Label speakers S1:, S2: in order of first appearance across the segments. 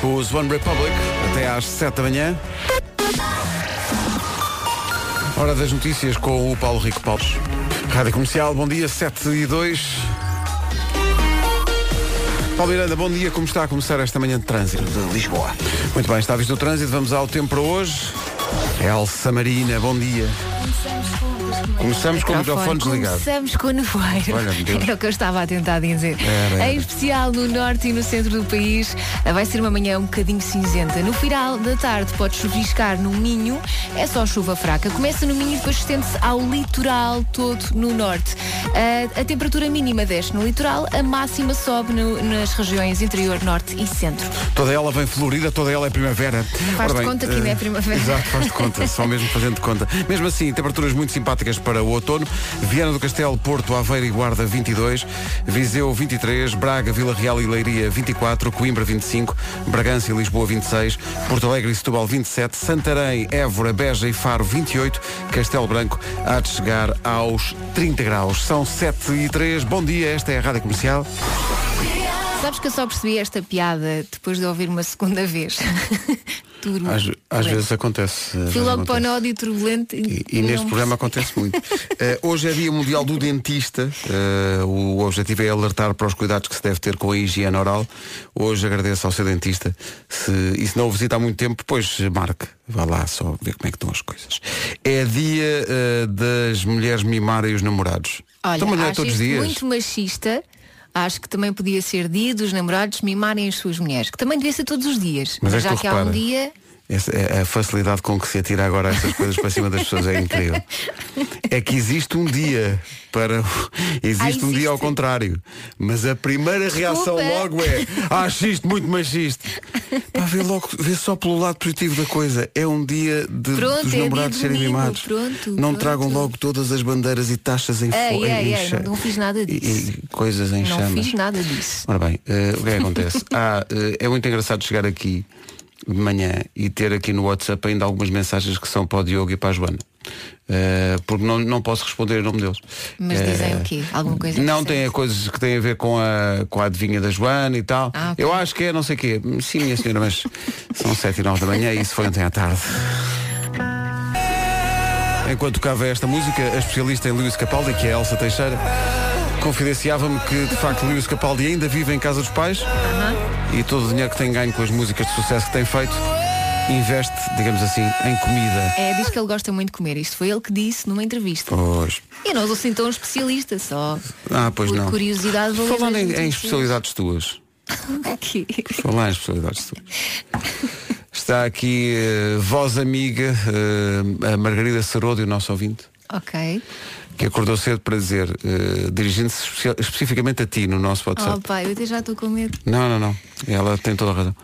S1: com os One Republic até às 7 da manhã. Hora das notícias com o Paulo Rico Paulos. Rádio Comercial, bom dia, 7 e 2. Paulo Miranda, bom dia. Como está a começar esta manhã de trânsito?
S2: de Lisboa.
S1: Muito bem, está a vista do trânsito. Vamos ao tempo para hoje. Elsa Marina, bom dia. Começamos com o microfone desligado.
S3: Começamos com o nevoeiro.
S1: Olha, meu Deus. É,
S3: é o que eu estava a tentar dizer.
S1: Era, era.
S3: Em especial no norte e no centro do país, ah, vai ser uma manhã um bocadinho cinzenta. No final da tarde pode chuviscar no Minho, é só chuva fraca. Começa no Minho e depois estende-se ao litoral todo no norte. Ah, a temperatura mínima desce no litoral, a máxima sobe no- nas regiões interior, norte e centro.
S1: Toda ela vem florida, toda ela é primavera.
S3: Faz
S1: Ora
S3: de
S1: bem,
S3: conta que ainda
S1: eh,
S3: é primavera.
S1: Exato, faz de conta, só mesmo fazendo de conta. Mesmo assim, temperaturas muito simpáticas para o outono. Viana do Castelo, Porto, Aveiro e Guarda 22, Viseu 23, Braga, Vila Real e Leiria 24, Coimbra 25, Bragança e Lisboa 26, Porto Alegre e Setúbal 27, Santarém, Évora, Beja e Faro 28, Castelo Branco há de chegar aos 30 graus. São 7 e 3, bom dia, esta é a Rádio Comercial.
S3: Sabes que eu só percebi esta piada depois de ouvir uma segunda vez. Turma. é?
S1: Às, às vezes acontece. às
S3: Fui
S1: vezes
S3: logo para o
S1: acontece.
S3: nódio turbulento
S1: E, e neste
S3: não
S1: programa acontece muito. Eh, hoje é Dia Mundial do Dentista. Eh, o objetivo é alertar para os cuidados que se deve ter com a higiene oral. Hoje agradeço ao seu dentista. Se, e se não o visita há muito tempo, pois eh, marque. Vá lá só ver como é que estão as coisas. É Dia eh, das Mulheres Mimarem os Namorados.
S3: Olha,
S1: então, mas não é
S3: acho
S1: todos os
S3: isto
S1: dias.
S3: muito machista. Acho que também podia ser dia dos namorados mimarem as suas mulheres, que também devia ser todos os dias.
S1: Mas é
S3: já
S1: que tu
S3: que, há um
S1: repara.
S3: dia.
S1: Essa- é- A facilidade com que se atira agora estas coisas para cima das pessoas é incrível. É que existe um dia para. o- Existe, um
S3: existe.
S1: dia ao contrário. Mas a primeira reação logo é acho isto muito machista. Pá, vê logo, vê só pelo lado positivo da coisa. É um dia de
S3: Pronto,
S1: dos
S3: é dia
S1: namorados
S3: de
S1: serem
S3: domingo.
S1: mimados.
S3: Pronto,
S1: não
S3: pronto.
S1: tragam logo todas as bandeiras e taxas em
S3: Ei,
S1: fo- em-
S3: ei,
S1: em
S3: ei,
S1: cha-
S3: não fiz nada
S1: e-
S3: disso.
S1: E, coisas em
S3: Não
S1: chamas.
S3: fiz nada disso.
S1: Ora bem, eh, o que é que acontece? Ah, eh, é muito engraçado chegar aqui de manhã e ter aqui no WhatsApp ainda algumas mensagens que são para o Diogo e para a Joana. Eh, porque não, não posso responder em nome deles.
S3: Mas
S1: Eh,
S3: dizem o quê? Alguma coisa
S1: Não
S3: interessante?
S1: tem coisas que têm a ver com a, com a adivinha da Joana e tal.
S3: Ah, ok.
S1: Eu acho que é não sei o quê. Sim, minha senhora, mas são sete e nove da manhã e isso foi ontem à tarde. Enquanto tocava esta música, a especialista em Lewis Capaldi, que é a Elsa Teixeira, confidenciava-me que de facto Lewis Capaldi ainda vive em casa dos pais e todo o dinheiro que tem ganho com as músicas de sucesso que tem feito investe, digamos assim, em comida.
S3: É, diz que ele gosta muito de comer. Isto foi ele que disse numa entrevista.
S1: Pois.
S3: Eu não sou assim tão especialista, só.
S1: Ah, pois
S3: por
S1: não.
S3: curiosidade vou ler
S1: Falando
S3: as
S1: em, em
S3: notícias.
S1: especialidades tuas.
S3: Aqui.
S1: Vamos lá as possibilidades todas. Está aqui eh, voz amiga, eh, a Margarida Sarodo, o nosso ouvinte,
S3: ok.
S1: que acordou cedo para dizer, eh, dirigindo-se especia- especificamente a ti no nosso WhatsApp.
S3: Oh pai, eu até já estou com medo.
S1: Não, não, não. Ela tem toda a razão.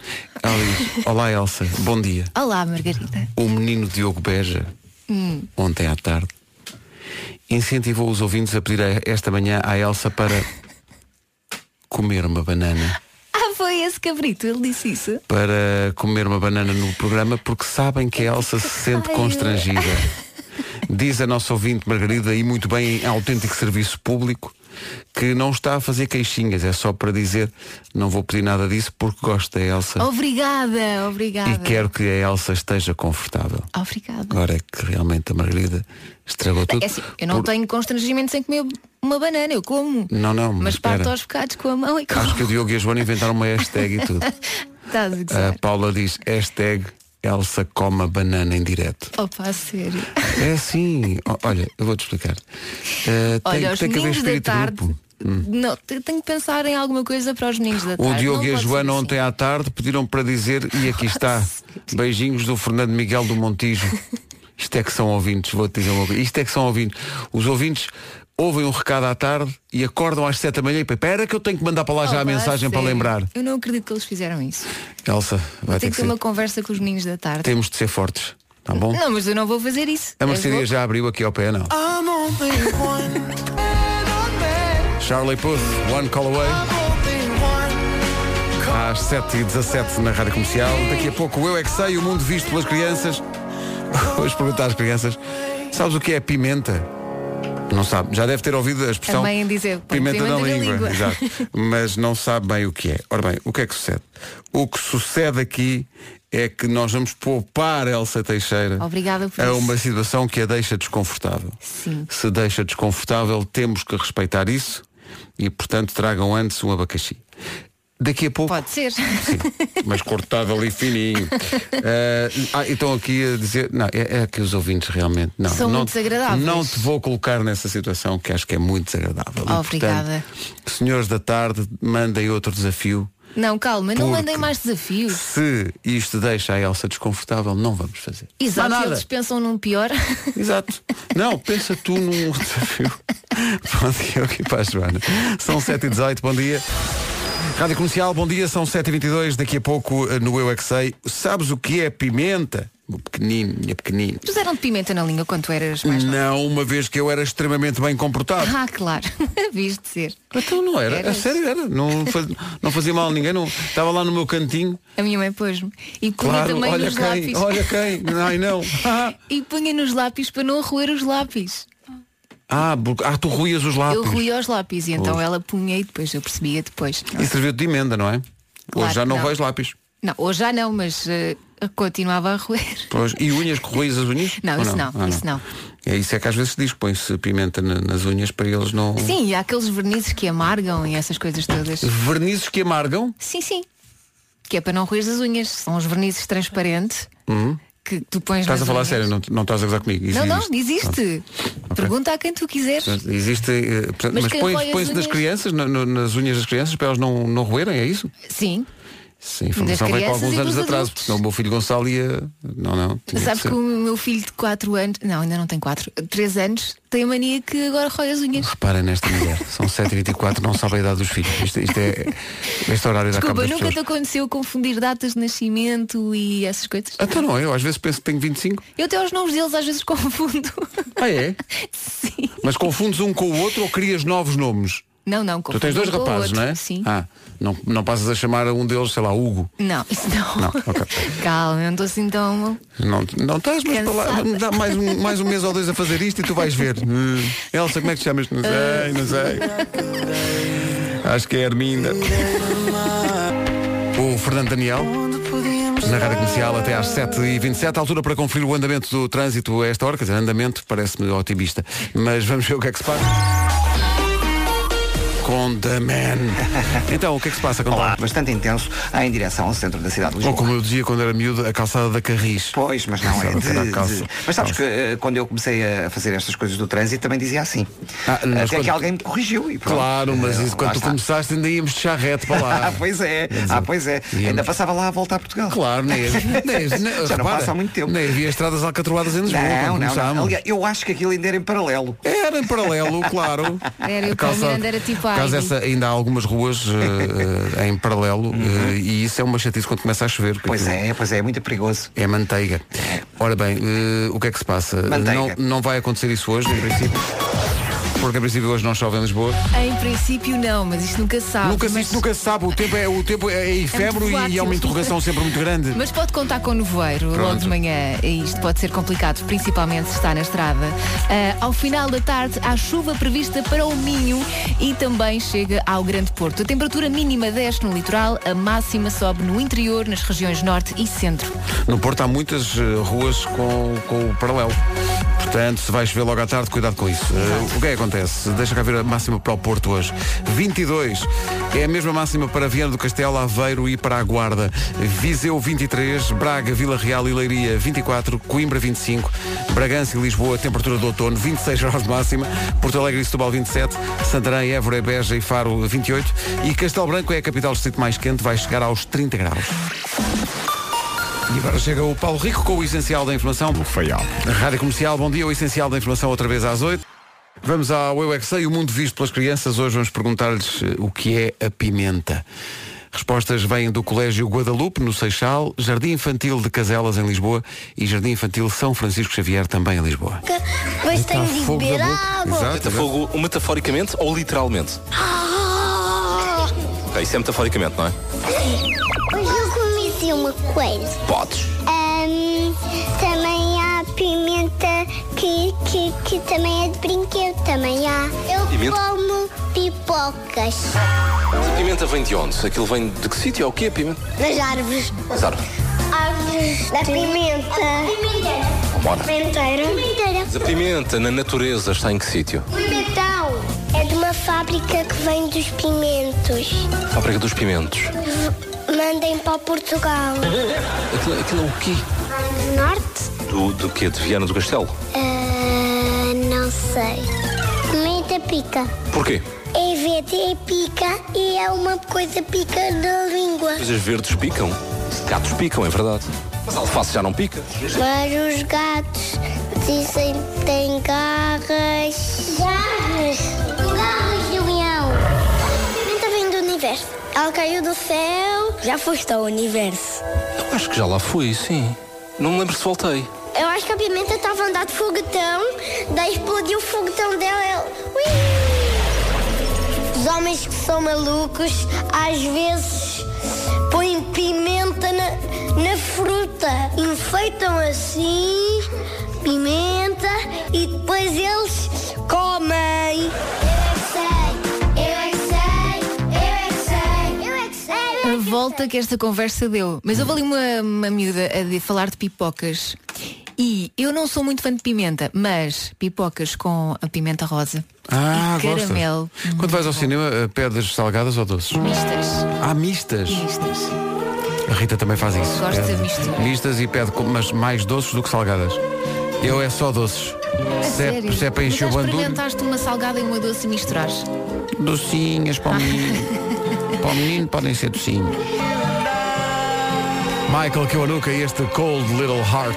S1: Ela diz, olá Elsa, bom dia.
S3: Olá, Margarida.
S1: O menino Diogo Beja, ontem à tarde, incentivou os ouvintes a pedir a- esta manhã à Elsa para comer uma banana.
S3: Ah, foi esse cabrito, ele disse isso.
S1: para comer uma banana no programa porque sabem que a Elsa se sente
S3: Ai.
S1: constrangida. Diz a nossa ouvinte Margarida, e muito bem, em autêntico serviço público, que não está a fazer queixinhas, é só para dizer não vou pedir nada disso porque gosto da Elsa
S3: Obrigada, obrigada.
S1: e quero que a Elsa esteja confortável.
S3: Obrigada.
S1: Agora é que realmente a Margarida estragou tudo.
S3: É assim, eu não
S1: Por-
S3: tenho constrangimentos em comer uma banana, eu como.
S1: Não, não, mas
S3: mas parto
S1: espera.
S3: aos bocados com a mão e como. Tá,
S1: Acho que o Diogo e a Joana inventaram uma hashtag e tudo.
S3: Estás a
S1: A
S3: gozar.
S1: Paula diz hashtag Elsa coma banana em direto.
S3: Opa, a sério.
S1: É assim, o- olha, eu vou-te explicar. Eh,
S3: Olha, os
S1: tem, tem que haver
S3: meninos da
S1: espírito de
S3: tarde.
S1: grupo. Hum.
S3: Não, te- tenho que pensar em alguma coisa para os meninos da
S1: O
S3: tarde.
S1: Diogo
S3: Não
S1: e a
S3: pode ser
S1: Joana
S3: assim.
S1: ontem à tarde pediram para dizer, e aqui está, beijinhos do Fernando Miguel do Montijo. Isto é que são ouvintes, vou-te dizer uma coisa. Isto é que são ouvintes. Os ouvintes ouvem um recado à tarde e acordam às sete da manhã e espera que eu tenho que mandar para lá já
S3: Opa,
S1: a mensagem para
S3: sério.
S1: lembrar.
S3: Eu não acredito que eles fizeram isso.
S1: Elsa, vai ter que
S3: Tenho que ter
S1: ser.
S3: uma conversa com os meninos da tarde.
S1: Temos de ser fortes, tá bom?
S3: Não, mas eu não vou fazer isso.
S1: A
S3: Eu
S1: mercearia
S3: vou-
S1: já abriu aqui ao pé, não? Charlie Puth, One Call Away. Às 7h17 na Rádio Comercial. Daqui a pouco o Eu É Que Sei, o mundo visto pelas crianças. Hoje perguntar às crianças, sabes o que é pimenta? Não sabe. Já deve ter ouvido a expressão
S3: Também dizer, põe
S1: pimenta na
S3: pimenta na
S1: língua.
S3: língua.
S1: Exato. Mas não sabe bem o que é. Ora bem, o que é que sucede? O que sucede aqui é que nós vamos poupar Elsa Teixeira
S3: Obrigada por
S1: a
S3: isso.
S1: É uma situação que a deixa desconfortável.
S3: Sim.
S1: Se deixa desconfortável, temos que respeitar isso e, portanto, tragam antes um abacaxi. Daqui a pouco.
S3: Pode ser.
S1: Sim, mas cortado ali fininho. Eh, ah, então aqui a dizer. Não, é, é que os ouvintes realmente. Não,
S3: São
S1: não,
S3: muito desagradáveis.
S1: Não te vou colocar nessa situação que acho que é muito desagradável. E,
S3: Obrigada.
S1: portanto, senhores da tarde, mandem outro desafio.
S3: Não, calma, não
S1: Porque-
S3: mandem mais desafios.
S1: Se isto deixa a Elsa desconfortável, não vamos fazer.
S3: Exato,
S1: Não há nada.
S3: eles pensam num pior.
S1: Exato. Não, pensa tu num outro desafio. Pronto, que é o que para a Joana. São 7h18, bom dia. Rádio Comercial, bom dia, são 7h22, daqui a pouco eh, no Eu é que Sei. Sabes o que é pimenta? Meu Pequenino, minha pequenino.
S3: Puseram de pimenta na língua quando tu eras mais nova.
S1: Não, uma vez que eu era extremamente bem comportado.
S3: Ah, claro. Viste ser.
S1: Então não era, a
S3: Ah, Eras.
S1: sério era. Não, faz- não fazia mal a ninguém, não. Estava lá no meu cantinho,
S3: A minha mãe pôs-me. E punha
S1: claro,
S3: também
S1: olha
S3: nos
S1: quem,
S3: lápis.
S1: olha quem. Ai não. Ah,
S3: E punha nos lápis para não roer os lápis.
S1: ah, porque- ah, tu ruías os lápis.
S3: Eu roía os lápis e então ela punha e depois eu percebia depois.
S1: E serviu-te de emenda, não é?
S3: Claro
S1: Hoje já
S3: que
S1: não,
S3: não.
S1: vais lápis.
S3: Não, hoje já não, mas eh, continuava a roer.
S1: Pois, e unhas, corroias as unhas?
S3: Não,
S1: Ou Ah,
S3: isso não, isso não.
S1: É isso é que às vezes se diz, põe-se pimenta na- nas unhas para eles não.
S3: Sim, e há aqueles vernizes que amargam e essas coisas todas.
S1: Vernizes que amargam?
S3: Sim, sim. Que é para não roer as unhas. São os vernizes transparentes que tu pões
S1: Hum. Estás a
S3: nas
S1: falar a
S3: unhas.
S1: sério, não, não estás a gozar comigo.
S3: Não, não,
S1: Pronto.
S3: existe. Pergunta a quem tu quiseres.
S1: Ah. Portanto, Existe. eh, portanto,
S3: Mas
S1: mas
S3: quem
S1: põe-
S3: rói as
S1: põe-se nas
S3: unhas?
S1: crianças, na- no- nas unhas das crianças, para elas não, não roerem, é isso?
S3: Sim.
S1: Sim, a informação vem com
S3: crianças
S1: alguns
S3: e
S1: anos
S3: dos
S1: de atraso,
S3: adultos.
S1: porque senão o meu filho Gonçalo ia. Não, não. tinha que
S3: Sabes
S1: ser.
S3: que o meu filho de 4 anos, não, ainda não tem 4, 3 anos, tem a mania que agora rói as unhas.
S1: Repara nesta mulher, são 7h24, não sabe a idade dos filhos. Isto, isto é. Este horário da cama
S3: Desculpa,
S1: das
S3: nunca
S1: pessoas.
S3: te aconteceu confundir datas de nascimento e essas coisas?
S1: Então não, eu às vezes penso que tenho 25.
S3: Eu até os nomes deles às vezes confundo.
S1: Ah, é?
S3: Sim.
S1: Mas confundes um com o outro ou crias novos nomes?
S3: Não, não, confundo.
S1: tu tens dois
S3: um com o
S1: rapazes,
S3: outro.
S1: não é?
S3: Sim.
S1: Ah, não, não passas a chamar a um deles, sei lá, Hugo.
S3: Não, isso não.
S1: Não, ok.
S3: Calma, eu não estou assim tão.
S1: Não, não estás, mas para lá,
S3: Cansada.
S1: dá mais, um- mais um mês ou dois a fazer isto e tu vais ver. Hum. Elsa, como é que te chamas? Não sei, não sei. Acho que é Herminda. O Fernando Daniel. Na rádio comercial até às 7h27, altura para conferir o andamento do trânsito a esta hora, quer dizer, andamento parece-me otimista, mas vamos ver o que é que se passa. Com The Man. Então, o que é que se passa com
S2: Olá, bastante intenso em direção ao centro da cidade de
S1: Ou
S2: Lisboa.
S1: como eu dizia quando era miúdo, a calçada da Carris.
S2: Pois, mas não é
S1: Calça, era
S2: de,
S1: calça,
S2: de- Mas sabes
S1: calça.
S2: que eh, quando eu comecei a fazer estas coisas do trânsito também dizia assim.
S1: Ah, mas
S2: Até
S1: quando-
S2: que alguém me corrigiu e pronto.
S1: Claro, mas
S2: Eh,
S1: isso,
S2: lá
S1: quando tu
S2: está.
S1: começaste ainda íamos de charrete para lá.
S2: Ah, pois é, ah, pois é.
S1: Íamos.
S2: Ainda passava lá a volta a Portugal.
S1: Claro, nem, nem, nem
S2: Já não
S1: repara,
S2: passa há muito tempo.
S1: Nem havia estradas alcatroadas em Lisboa
S2: Não,
S1: quando
S2: não, não.
S1: começámos.
S2: Aliás, eu acho que aquilo ainda era em paralelo.
S1: Era em paralelo, claro.
S3: Era, eu
S1: A calçada-
S3: Palmeiranda era tipo
S1: por causa
S3: Ivy.
S1: dessa, ainda há algumas ruas eh, eh, em paralelo eh, e isso é uma chatice quando começa a chover. porque
S2: Pois é, pois é, é muito perigoso.
S1: É manteiga. Ora bem, eh, o que é que se passa?
S2: Manteiga.
S1: Não, não vai acontecer isso hoje, em princípio. Porque em princípio hoje não chove em Lisboa.
S3: Em princípio não, mas isto nunca se sabe.
S1: nunca, se-
S3: Ah, mas...
S1: isto nunca se sabe, o tempo é, o tempo é, é efêmero
S3: muito
S1: e é uma
S3: volátil.
S1: interrogação sempre muito grande.
S3: Mas pode contar com o nevoeiro logo
S1: Pronto.
S3: de manhã e isto pode ser complicado, principalmente se está na estrada. Ah, ao final da tarde há chuva prevista para o Minho e também chega ao Grande Porto. A temperatura mínima desce no litoral, a máxima sobe no interior, nas regiões norte e centro.
S1: No Porto há muitas eh, ruas com, com o paralelo. Portanto, se vais ver logo à tarde, cuidado com isso. Eh, o que é que acontece? Deixa cá ver a máxima para o Porto hoje. 22 é a mesma máxima para Viana do Castelo, Aveiro e para a Guarda. Viseu 23, Braga, Vila Real e Leiria 24, Coimbra 25, Bragança e Lisboa, temperatura de outono 26 graus de máxima, Porto Alegre e Setúbal 27, Santarém, Évora, Beja e Faro 28 e Castelo Branco é a capital do distrito mais quente, vai chegar aos 30 graus. E agora chega o Paulo Rico com o Essencial da Informação. O Feial. Rádio Comercial, bom dia. O Essencial da Informação outra vez às 8. Vamos ao Eu é Que Sei, o mundo visto pelas crianças. Hoje vamos perguntar-lhes eh, o que é a pimenta. Respostas vêm do Colégio Guadalupe, no Seixal, Jardim Infantil de Caselas, em Lisboa, e Jardim Infantil São Francisco Xavier, também em Lisboa.
S4: Mas
S1: Está
S4: tenho de
S1: fogo
S4: beber
S1: na boca.
S4: água.
S1: Exato.
S5: Meta fogo metaforicamente ou literalmente?
S4: Ah!
S5: Ok, Isso é metaforicamente, não é?
S4: Hoje eu comi uma coisa.
S5: Podes.
S4: Ahm, também há pimenta que que, que, que também é de brinquedo, também há. Eu
S5: Pimenta?
S4: como pipocas
S5: Mas a pimenta vem de onde? Aquilo vem de que sítio? É o quê a pimenta?
S4: nas árvores.
S5: As árvores.
S4: Árvores da pimenta.
S5: Vambora.
S4: Pimenteira. Pimenteira.
S5: Mas a pimenta na natureza está em que sítio?
S4: Pimentão. É de uma fábrica que vem dos pimentos.
S5: Fábrica dos pimentos.
S4: Mandem para Portugal.
S5: Aquilo, aquilo é o quê?
S4: Norte?
S5: Do, do quê? De Viana do Castelo?
S4: Ah, não sei. Pimenta pica.
S5: Porquê?
S4: É verde, é pica e é uma coisa pica na língua.
S5: Coisas verdes picam. Gatos picam, é verdade. Mas a alface já não pica.
S4: Mas os gatos dizem que têm garras. Garras? Garras de leão. Pimenta vem do universo. Ela caiu do céu. Já foste ao universo.
S5: Eu acho que já lá fui, sim. Não me lembro se voltei.
S4: Eu acho que a pimenta estava a andar de foguetão, daí explodiu o foguetão dela. ela- Ui! Os homens que são malucos às vezes põem pimenta na, na fruta, enfeitam assim pimenta e depois eles comem. é Eu é que sei, eu é que sei, eu é que sei, eu é que sei.
S3: A volta que esta conversa deu. Mas houve ali uma, uma miúda a de falar de pipocas. E eu não sou muito fã de pimenta, mas pipocas com a pimenta rosa.
S1: Ah,
S3: e
S1: gosta.
S3: caramelo.
S1: Quando vais ao cinema, eh, pedes salgadas ou doces?
S3: Mistas.
S1: Ah, mistas.
S3: Mistas.
S1: A Rita também faz isso.
S3: Gosto de
S1: Pede
S3: mistura.
S1: Mistas e pede com- mas mais doces do que salgadas. Eu é só doces.
S3: A
S1: Se é,
S3: sério.
S1: se é para encher o
S3: Mas já
S1: bandulho,
S3: experimentaste uma salgada e uma doce e misturares.
S1: docinhas para o menino. para o menino podem ser docinhos. Michael Kiwanuka e este Cold Little Heart.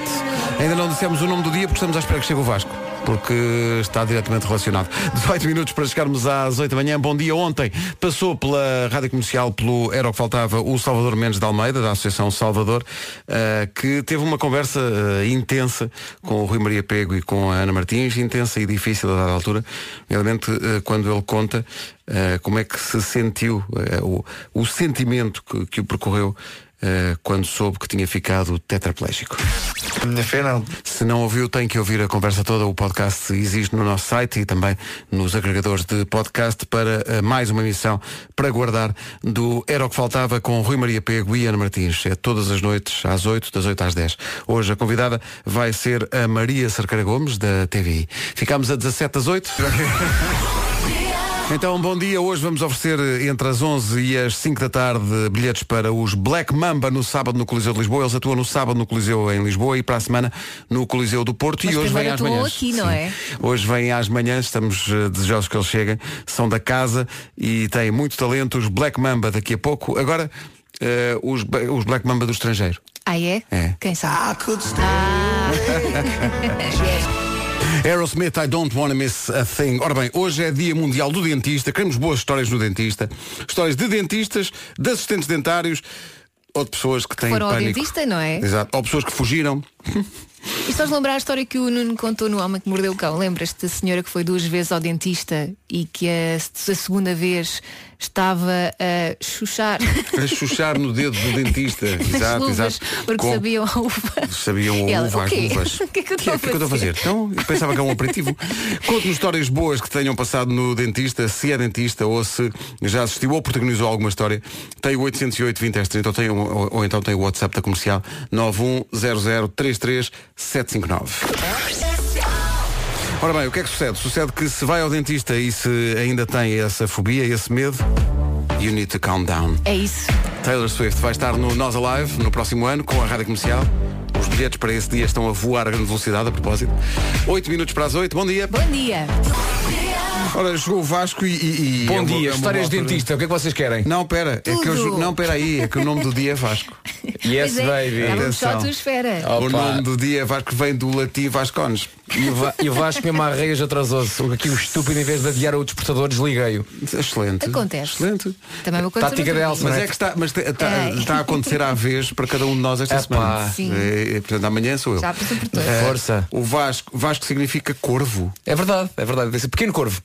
S1: Ainda não dissemos o nome do dia porque estamos à espera que chegue o Vasco. Porque está diretamente relacionado. 18 minutos para chegarmos às 8 da manhã. Bom dia. Ontem passou pela rádio comercial, pelo Era o que Faltava, o Salvador Mendes de Almeida, da Associação Salvador, eh, que teve uma conversa eh, intensa com o Rui Maria Pego e com a Ana Martins, intensa e difícil a dada altura, realmente eh, quando ele conta eh, como é que se sentiu, eh, o, o sentimento que, que o percorreu eh, quando soube que tinha ficado tetraplégico.
S2: Minha fé não.
S1: Se não ouviu, tem que ouvir a conversa toda. O podcast existe no nosso site e também nos agregadores de podcast para eh, mais uma emissão para guardar do Era o que Faltava com Rui Maria Pego e Ana Martins. É todas as noites, às 8, das 8 às 10. Hoje a convidada vai ser a Maria Cercara Gomes, da TVI. Ficamos a 17 das 8. Então, bom dia. Hoje vamos oferecer eh, entre as 11 e as 5 da tarde bilhetes para os Black Mamba no sábado no Coliseu de Lisboa. Eles atuam no sábado no Coliseu em Lisboa e para a semana no Coliseu do Porto.
S3: Mas
S1: e hoje
S3: primeiro
S1: vêm às
S3: atuam
S1: manhãs.
S3: aqui, não é?
S1: Hoje vêm às manhãs, estamos eh, desejosos que eles cheguem. São da casa e têm muito talento. Os Black Mamba daqui a pouco. Agora, eh, os, ba- os Black Mamba do estrangeiro.
S3: Ah, é?
S1: É.
S3: Quem sabe?
S1: Aerosmith, I don't wanna miss a thing. Ora bem, hoje é dia mundial do dentista, queremos boas histórias no dentista. Histórias de dentistas, de assistentes dentários ou de pessoas que têm
S3: Foram ao
S1: pânico.
S3: dentista, não é?
S1: Exato, ou pessoas que fugiram.
S3: E só de lembrar a história que o Nuno contou no Homem que Mordeu o Cão. Lembras-te da senhora que foi duas vezes ao dentista e que a, a segunda vez estava a chuchar
S1: A chuchar no dedo do dentista.
S3: as
S1: Exato,
S3: luvas
S1: exato.
S3: porque
S1: Com-
S3: sabiam a uva.
S1: Sabiam
S3: E
S1: a
S3: ela,
S1: uva,
S3: o
S1: as
S3: quê?
S1: luvas.
S3: O que é que eu
S1: é que eu estou a fazer? Então, eu pensava que é um aperitivo. Conte-nos histórias boas que tenham passado no dentista, se é dentista ou se já assistiu ou protagonizou alguma história. Tem o 808 20 10 30 ou, tem, um- ou, ou então tem o WhatsApp da comercial 910033759. Ora bem, o que é que sucede? Sucede que se vai ao dentista e se ainda tem essa fobia, esse medo, you need to calm down.
S3: É isso.
S1: Taylor Swift vai estar no Nós Alive no próximo ano com a Rádio Comercial. Os bilhetes para esse dia estão a voar a grande velocidade, a propósito. 8 minutos para as 8, bom dia.
S3: Bom dia.
S1: Ora, chegou o Vasco e... e- e- é
S6: Bom
S1: uma- é
S6: dia,
S1: uma
S6: histórias de
S1: boa altura.
S6: dentista, o que é que vocês querem?
S1: Não, pera, é que eu, ju-
S3: Tudo.
S1: não, pera aí, é que o nome do dia é Vasco.
S6: Yes, baby.
S3: é, Estávamos só à
S1: Atenção.
S3: tua esfera.
S6: Opa.
S1: O nome do dia é Vasco, vem do latim Vascones.
S6: E o Va- E o Vasco mesmo a arreios atrasou-se. Aqui o estúpido, em vez de adiar o despertador, desliguei-o.
S1: Excelente.
S3: Acontece.
S1: Excelente.
S3: Também é me aconteceu
S6: Oh, Tática
S3: no outro
S6: de
S3: dia.
S1: Mas é que está, mas te- está,
S3: Ai.
S1: está a acontecer à vez para cada um de nós esta
S6: Epá.
S1: semana.
S3: Sim.
S1: É, é, portanto, amanhã sou eu.
S3: Já passou por todos.
S1: É,
S6: Força.
S1: O Vasco, Vasco significa corvo.
S6: É verdade, é verdade. Esse pequeno corvo.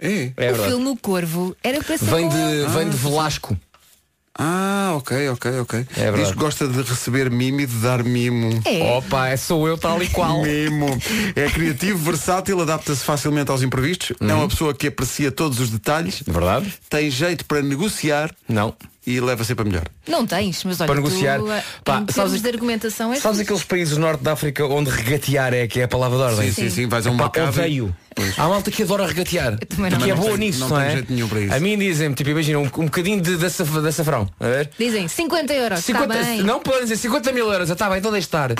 S1: É.
S6: É
S3: O
S6: verdade.
S3: filme O Corvo era para ser
S6: Vem
S3: com
S6: de,
S3: ele.
S6: vem de Velasco.
S1: Ah, ok, ok, ok.
S6: É verdade.
S1: Diz que gosta de receber mimo e de dar mimo.
S3: É.
S6: Opa, é sou eu tal e qual.
S1: Mimo. É criativo, versátil, adapta-se facilmente aos imprevistos. É uma pessoa que aprecia todos os detalhes.
S6: Uhum. Verdade?
S1: Tem jeito para negociar
S6: Não.
S1: e leva sempre a melhor.
S3: Não tens, mas olha,
S6: Para negociar.
S3: tu, eh,
S6: Pá,
S3: em
S6: sabes
S3: termos
S6: aqu-
S3: de argumentação é
S6: Sabes aqueles países do norte da África onde regatear é que é a palavra de ordem?
S1: Sim, sim, sim, vais a um
S6: É Pá,
S1: mercado e-
S6: odeio. Há malta que adora regatear. Que
S3: também não
S6: é
S3: gosto.
S6: boa
S1: Não tenho-
S6: nisso,
S1: não
S6: não,
S1: tenho
S6: é?
S1: jeito nenhum para isso.
S6: A mim dizem, tipo, imagina, um, um bocadinho de, de, açaf- de açafrão. A ver?
S3: Dizem 50 euros, está
S6: 50,
S3: Tá bem.
S6: não podem dizer 50 mil euros, está bem, então deixe estar.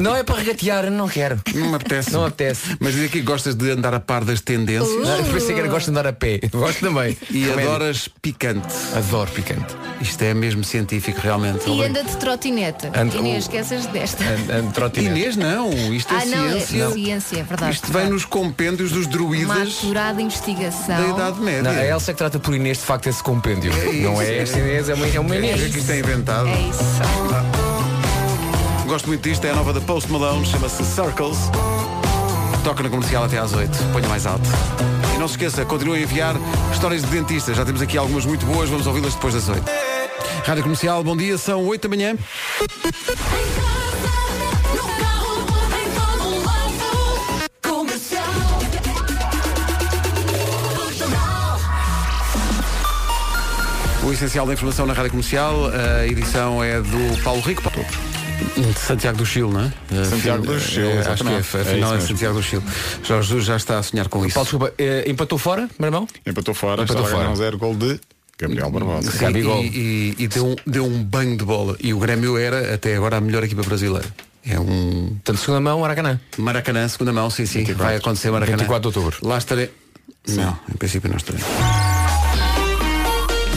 S6: não é para regatear, não quero.
S1: Não me apetece.
S6: Não apetece.
S1: Mas diz aqui que gostas de andar a par das
S3: Uh.
S1: tendências
S6: Ah, Pensei que era gosto de andar a pé. Gosto também.
S1: e
S6: Comédia.
S1: adoras picante.
S6: Adoro picante.
S1: Isto é mesmo científico, realmente.
S3: E anda de trotineta.
S6: And-
S3: E nem
S6: o-
S1: uh,
S3: esqueças desta.
S6: And, and trotinete.
S1: Inês, não. Isto é
S3: ah, não, é
S1: ciência.
S3: ciência, é verdade.
S1: Isto vem nos compêndios dos
S3: Uma
S1: druidas
S3: apurada investigação.
S1: da Idade Média.
S6: Não, é a Elsa que trata por Inês de facto esse compêndio.
S1: isso,
S6: não é
S1: é
S6: esta Inês, é uma, é uma
S1: É
S6: Inês.
S1: que isto é inventado.
S3: É isso.
S1: Gosto muito disto, é a nova da Post Malone, chama-se Circles. Toca no comercial até às 8. Ponha mais alto. E não se esqueça, continue a enviar histórias de dentistas. Já temos aqui algumas muito boas, vamos ouvi-las depois das 8. Rádio Comercial, bom dia, são 8 da manhã. O essencial da informação na Rádio Comercial, a edição é do Paulo Rico. De Santiago do Chile, não é?
S7: Santiago do Chile,
S1: Eh, Acho que é,
S7: exatamente. É
S1: afinal
S7: isso
S1: é,
S7: mesmo.
S1: Santiago do Chile. Jorge Jesus já está a sonhar com isso.
S6: Paulo, desculpa, eh, empatou fora, meu irmão?
S7: Empatou fora,
S6: Empatou
S7: empatou
S6: fora.
S7: fora. Um zero gol de Gabriel Barbosa.
S1: Sim,
S6: Gabigol.
S1: E, e- e deu, um, deu um banho de bola. E o Grêmio era, até agora, a melhor equipa brasileira. É um
S6: Portanto, segunda mão, Aracanã.
S1: Maracanã, segunda mão, sim, sim.
S7: 24.
S1: Vai acontecer Maracanã.
S6: 24 de outubro.
S1: Lá estarei. Não, em princípio não estarei.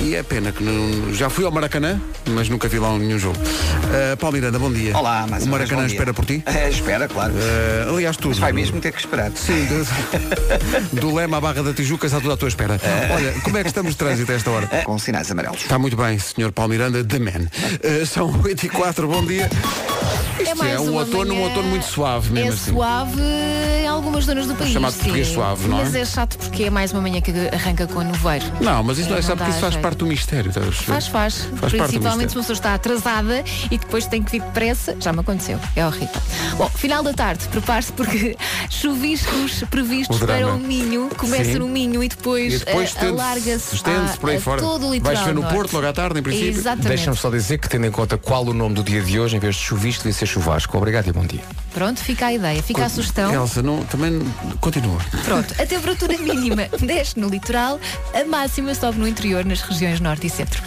S1: E é pena que não- já fui ao Maracanã, mas nunca vi lá nenhum jogo. Uh, Paulo Miranda, bom dia.
S2: Olá, mas
S1: O Maracanã espera por ti?
S2: É, espera, claro.
S6: Eh,
S1: Uh, aliás, tudo.
S2: Mas vai mesmo ter que esperar.
S1: Sim, do, do Lema à Barra da Tijuca está tudo à tua espera. Olha, como é que estamos de trânsito a esta hora?
S2: Com sinais amarelos.
S1: Está muito bem, Sr. Paulo Miranda, The Man. Eh, são 8 e 4, bom dia.
S3: É, mais
S1: é um
S3: uma
S1: outono,
S3: manhã-
S1: um outono muito suave
S3: É
S1: mesmo assim. É
S3: suave em algumas zonas do país.
S1: chamado
S3: sim.
S1: português suave, não é?
S3: Mas é chato porque é mais uma manhã que arranca com o nevoeiro.
S1: Não, mas isso não é
S3: Não
S1: sabe
S3: dá
S1: porque isso faz
S3: jeito.
S1: parte do mistério. estás a perceber?
S3: Faz, faz.
S1: parte do
S3: Principalmente
S1: mistério.
S3: se uma pessoa está atrasada e depois tem que vir depressa. Já me aconteceu. É horrível. Bom, final da tarde, prepare-se porque chuviscos previstos
S1: O drama.
S3: para o Minho. Começa
S1: Sim.
S3: no Minho e depois,
S1: E depois
S3: eh,
S1: estende-se
S3: alarga-se
S1: estende por aí
S3: a- a
S1: fora.
S3: todo o
S1: Vais
S3: litoral
S1: ver no
S3: norte.
S1: Porto logo à tarde, em princípio.
S6: Deixa-me
S3: Exatamente.
S6: só dizer que, tendo em conta qual o nome do dia de hoje, em vez de chuvisco, devia ser chuvasco. Obrigado e bom dia.
S3: Pronto, fica a ideia, fica a sugestão.
S1: Elsa, não, também continua.
S3: Pronto, a temperatura mínima desce no litoral, a máxima sobe no interior, nas regiões norte e centro.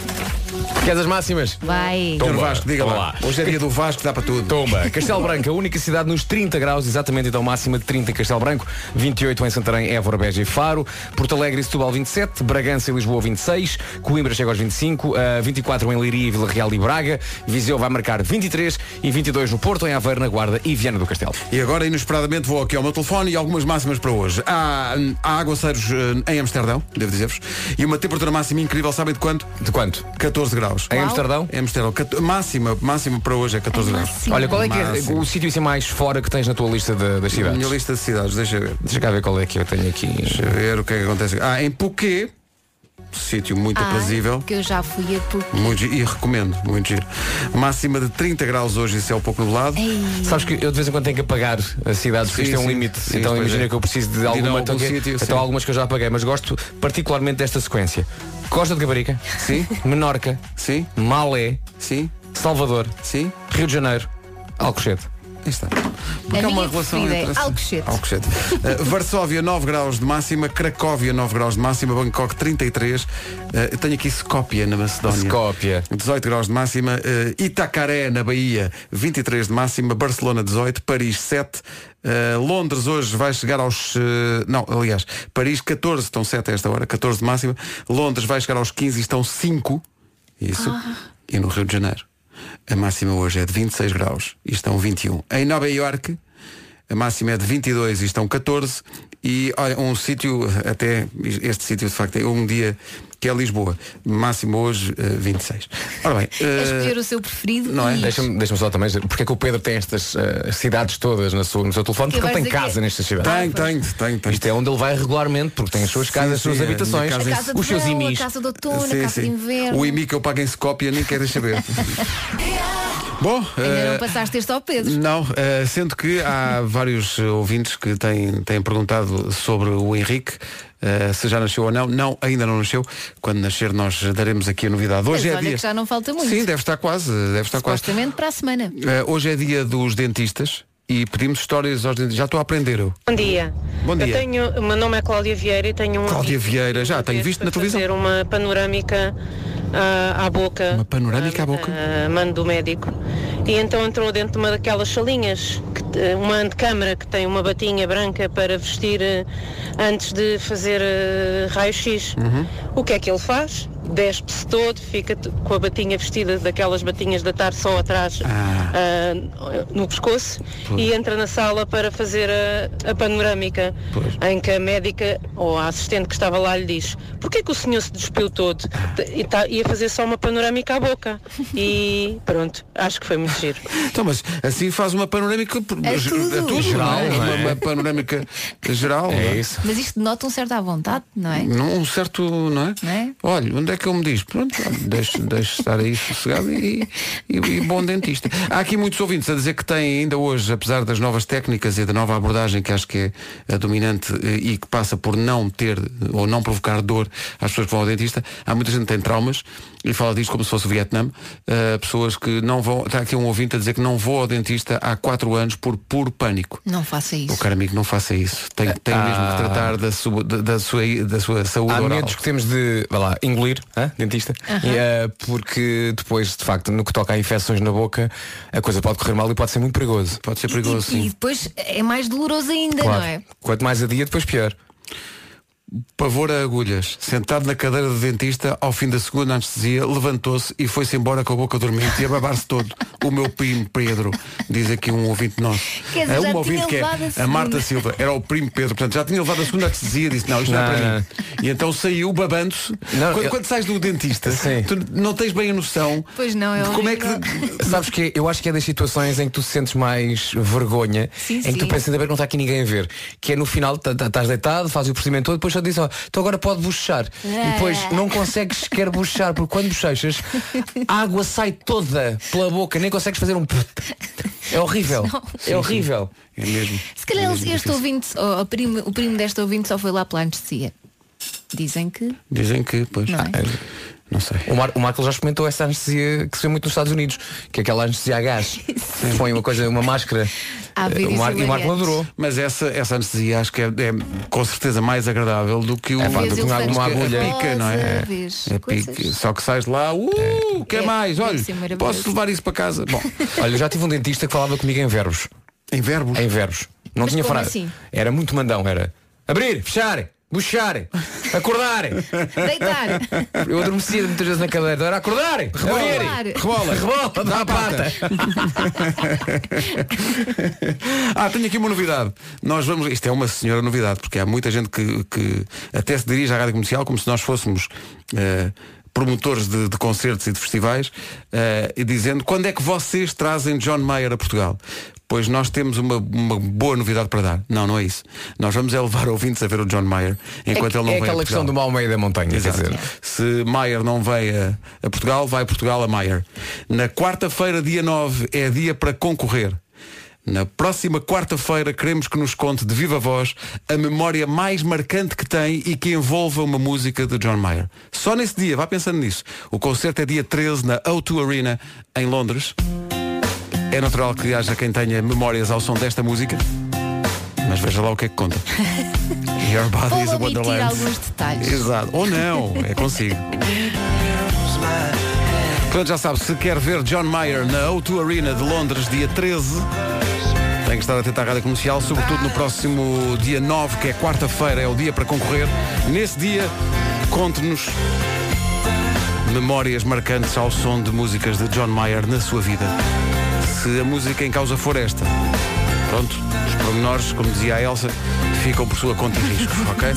S6: Queres as máximas?
S3: Vai!
S1: Senhor Vasco, diga
S6: toma
S1: lá.
S6: lá.
S1: Hoje é dia do Vasco, dá para tudo.
S6: Tomba, Castelo Branco, a única cidade nos 30 graus, exatamente então máxima de 30 em Castelo Branco, 28 em Santarém, Évora, Beja e Faro, Porto Alegre e Setúbal 27, Bragança e Lisboa 26, Coimbra chega aos 25, eh, 24 em Leiria, Vila Real e Braga, Viseu vai marcar 23 e 22 no Porto, em Aveiro, na Guarda e Viana do Castelo.
S1: E agora, inesperadamente, vou aqui ao meu telefone e algumas máximas para hoje. Há, há aguaceiros eh, em Amsterdão, devo dizer-vos, e uma temperatura máxima incrível, sabem de quanto?
S6: De quanto?
S1: 14 graus.
S6: Em
S3: Uau.
S6: Amsterdão?
S1: Em Amsterdão, Cat- máxima, máxima para hoje é 14 graus.
S3: Máxima.
S6: Olha, qual é que é
S1: Máximo.
S6: o sítio é. assim mais fora que tens na tua lista de- das
S1: A
S6: cidades?
S1: minha lista de cidades, deixa eu ver.
S6: Deixa cá ver qual é que eu tenho aqui.
S1: Deixa eu ver o que é que acontece. Ah, em Puquê, sítio muito
S3: Ah,
S1: aprazível.
S3: Que eu já fui a pouco.
S1: Muito giro, e recomendo, muito giro. Máxima de 30 graus hoje, isso é um pouco nublado.
S3: Ei,
S6: Sabes que eu de vez em quando tenho que apagar as cidades, porque
S1: Sim,
S6: isto tem um
S1: sim.
S6: limite.
S1: Sim,
S6: então
S1: pois
S6: imagina
S1: é.
S6: que eu preciso
S1: De ir
S6: de
S1: a
S6: alguma.
S1: algum
S6: Então, que-
S1: sítio, sim.
S6: então há algumas que eu já apaguei, mas gosto particularmente desta sequência. Costa de Caparica,
S1: Sim.
S6: Menorca,
S1: Sim,
S6: Malé,
S1: sim,
S6: Salvador,
S1: sim.
S6: Rio de Janeiro, Alcochete.
S1: Aí está. Porque
S3: A minha preferida é Alcochete.
S1: Alcochete. Eh, Varsóvia, 9 graus de máxima. Cracóvia, 9 graus de máxima. Bangkok, 33. Eh, eu tenho aqui Skopje, na Macedónia.
S6: Skopje.
S1: 18 graus de máxima. Eh, Itacaré, na Bahia, 23 de máxima. Barcelona, 18. Paris, 7. Eh, Londres hoje vai chegar aos. eh, não, aliás, Paris 14, estão 7 a esta hora, 14 de máxima. Londres vai chegar aos 15 e estão 5. Isso. E no Rio de Janeiro, a máxima hoje é de 26 graus e estão 21. Em Nova Iorque, a máxima é de 22 e estão 14. E olha, um sítio, até este sítio de facto, eu um dia que é Lisboa. Máximo hoje eh, 26. Ora bem,
S3: É
S1: eh,
S3: escolher o seu preferido.
S1: não é?
S3: e-
S6: Deixa-me deixa-me só também dizer, porque é que o Pedro tem estas eh, cidades todas na sua, no seu telefone?
S3: Que
S6: Porque ele tem
S3: vais dizer que-
S6: casa nestas cidades.
S1: tem, tem, tem, tem.
S6: Isto é onde ele vai regularmente, porque tem as suas
S1: Sim,
S6: casas, as
S1: sim, é
S6: suas
S1: a minha
S6: habitações,
S1: casa
S3: A casa de
S6: os seus
S3: verão,
S6: imis.
S3: a casa de outono,
S1: Sim,
S3: a casa de
S1: sim.
S3: inverno.
S1: O IMI que eu pago em Scópia nem querem saber. Bom,
S3: Ainda
S1: eh,
S3: não passaste este ao Pedro.
S1: Não, eh, sendo que há vários eh, ouvintes que têm, têm perguntado sobre o Henrique, eh, se já nasceu ou não. Não, ainda não nasceu. Quando nascer nós daremos aqui a novidade. Hoje
S3: Mas
S1: é
S3: olha
S1: dia.
S3: que já não falta muito.
S1: Sim, deve estar quase, deve estar quase.
S3: Supostamente para a semana.
S1: Eh, hoje é dia dos dentistas e pedimos histórias aos dentistas. Já estou a aprender eu.
S8: Bom dia.
S1: Bom dia.
S8: Eu tenho, o meu nome é Cláudia Vieira e tenho um
S1: Cláudia
S8: aviso
S1: Vieira, já,
S8: para
S1: tenho
S8: fazer
S1: visto na
S8: para
S1: televisão.
S8: fazer uma panorâmica ah, à boca.
S1: Uma panorâmica
S8: ah,
S1: à boca?
S8: ah, mano do médico. E então entrou dentro de uma daquelas salinhas, que te- eh, uma antecâmara que tem uma batinha branca para vestir eh, antes de fazer eh, raio-x.
S1: Uhum.
S8: O que é que ele faz? Despe-se todo, fica t- com a batinha vestida daquelas batinhas de atar só atrás ah, no pescoço e entra na sala para fazer a, a panorâmica, em que a médica ou a assistente que estava lá lhe diz porquê que o senhor se despiu todo Te- e tá- ia fazer só uma panorâmica à boca e pronto, acho que foi muito giro.
S1: Então, mas assim faz uma panorâmica por-
S3: É
S1: ge-
S3: tudo.
S1: geral,
S6: Geral, não
S1: uma,
S6: é?
S1: uma panorâmica geral. não
S6: É
S1: é?
S6: isso.
S3: Mas isto denota um certo à vontade, não é?
S1: Num certo, não é?
S3: Não é?
S1: Olha, onde é que eu me diz? Pronto, olha, deixo, deixo estar aí sossegado e, e- e bom dentista. Há aqui muitos ouvintes a dizer que têm ainda hoje, apesar das novas técnicas e da nova abordagem que acho que é a dominante eh, e que passa por não ter eh, ou não provocar dor às pessoas que vão ao dentista, há muita gente que tem traumas e fala disto como se fosse o Vietnã. Eh, pessoas que não vão. Está aqui um ouvinte a dizer que não vou ao dentista há quatro anos por puro pânico.
S3: Não faça isso.
S1: O caro amigo, não faça isso. Tem, tem
S3: Ah.
S1: mesmo que tratar da sua, da, da sua, da sua saúde
S6: Há
S1: oral.
S6: medos que temos de, vai lá, engolir, hã? dentista, E, eh, porque depois, de facto, no que toca a infecções na boca, a coisa pode correr mal e pode ser muito perigoso.
S1: Pode ser
S3: E-
S1: perigoso,
S3: e, e
S1: sim.
S3: depois é mais doloroso ainda, não é?
S6: Quanto mais a dia, depois pior.
S1: Pavor a agulhas. Sentado na cadeira do dentista, ao fim da segunda anestesia, levantou-se e foi-se embora com a boca dormente e a babar-se todo. O meu primo Pedro, diz aqui um ouvinte nosso.
S3: Quer dizer,
S1: é
S3: já
S1: um
S3: tinha
S1: ouvinte que é
S3: levado a
S1: a
S3: segunda.
S1: Marta Silva. Era o primo Pedro. Portanto, já tinha levado a segunda anestesia e disse, não, isto não, é
S6: Não,
S1: para
S6: não.
S1: mim. E então saiu babando-se.
S6: Não,
S1: Quando,
S6: eu-
S1: quando sais do dentista,
S6: Sim.
S1: tu não tens bem a noção
S3: Pois não, é
S1: de como é que.
S3: horrível.
S6: Sabes que eu acho que é das situações em que tu sentes mais vergonha,
S3: Sim,
S6: em que tu
S3: sim.
S6: pensas ainda bem que não está aqui ninguém a ver. Que é no final, tá- tá- estás deitado, fazes o procedimento todo, depois só te dizem, ó, então agora pode bochechar.
S3: É.
S6: E depois não consegues sequer bochechar, porque quando bochechas, a água sai toda pela boca, nem consegues fazer um. É horrível. É horrível.
S1: É mesmo.
S3: Se calhar
S1: É
S3: este
S1: mesmo difícil.
S3: ouvinte, ou a primo- o primo desta ouvinte só foi lá pela anestesia. Dizem que.
S1: Dizem que, pois.
S3: Não é?
S1: Não sei.
S6: O, Mar- o Marco já experimentou essa anestesia que se vê muito nos Estados Unidos, que é aquela anestesia a gás. Põe uma coisa, uma máscara.
S3: Há
S6: Eh,
S3: vídeos
S6: o Mar- e o Marco
S3: hilariantes.
S6: adorou.
S1: Mas essa, essa anestesia acho que é, é com certeza mais agradável do que um o
S6: É pá,
S3: Vês
S6: tu com
S3: elefantes
S6: alguma agulha.
S3: cor-de-rosa,
S1: pica, não é?
S3: vês
S1: É
S3: coisas.
S1: pique. Só que sais de lá, uh, quer
S3: É,
S1: mais?
S3: deve
S1: Olha,
S3: ser maravilhoso.
S1: posso levar isso para casa? Bom,
S6: Olha, eu já tive um dentista que falava comigo em verbos.
S1: em verbos.
S6: Em verbos. Não
S3: Mas
S6: tinha
S3: como
S6: frase.
S3: assim?
S6: Era muito mandão, era abrir, fechar, buchar, acordar.
S3: Deitar.
S6: Eu adormecia muitas vezes na cadeira, era acordar, abrir,
S1: Rebola.
S6: rebola, dá a pata.
S1: Ah, tenho aqui uma novidade. Nós vamos. Isto é uma senhora novidade, porque há muita gente que, que até se dirige à rádio comercial como se nós fôssemos. eh, promotores de, de concertos e de festivais eh, e dizendo quando é que vocês trazem John Mayer a Portugal pois nós temos uma, uma boa novidade para dar não, não é isso nós vamos é levar ouvintes a ver o John Mayer enquanto
S6: é
S1: ele não vem a
S6: aquela questão
S1: Portugal.
S6: do mal meio da montanha, quer
S1: Exato.
S6: dizer.
S1: Se Maier não vem a, a Portugal, vai Portugal a Maier. Na quarta-feira, dia 9, é dia para concorrer. Na próxima quarta-feira queremos que nos conte de viva voz a memória mais marcante que tem e que envolva uma música de John Mayer. Só nesse dia, vá pensando nisso. O concerto é dia 13 na O2 Arena em Londres. É natural que haja quem tenha memórias ao som desta música, mas veja lá o que é que conta. Your body is a
S3: Ou omitir
S1: wonderland.
S3: alguns detalhes.
S1: Exato. Ou não, é consigo. Portanto, já sabe, se quer ver John Mayer na O2 Arena de Londres, dia 13, tem que estar atento à rádio comercial, sobretudo no próximo dia 9, que é quarta-feira, é o dia para concorrer. Nesse dia, conte-nos memórias marcantes ao som de músicas de John Mayer na sua vida. Se a música em causa for esta. Pronto, os pormenores, como dizia a Elsa, ficam por sua conta e risco, ok?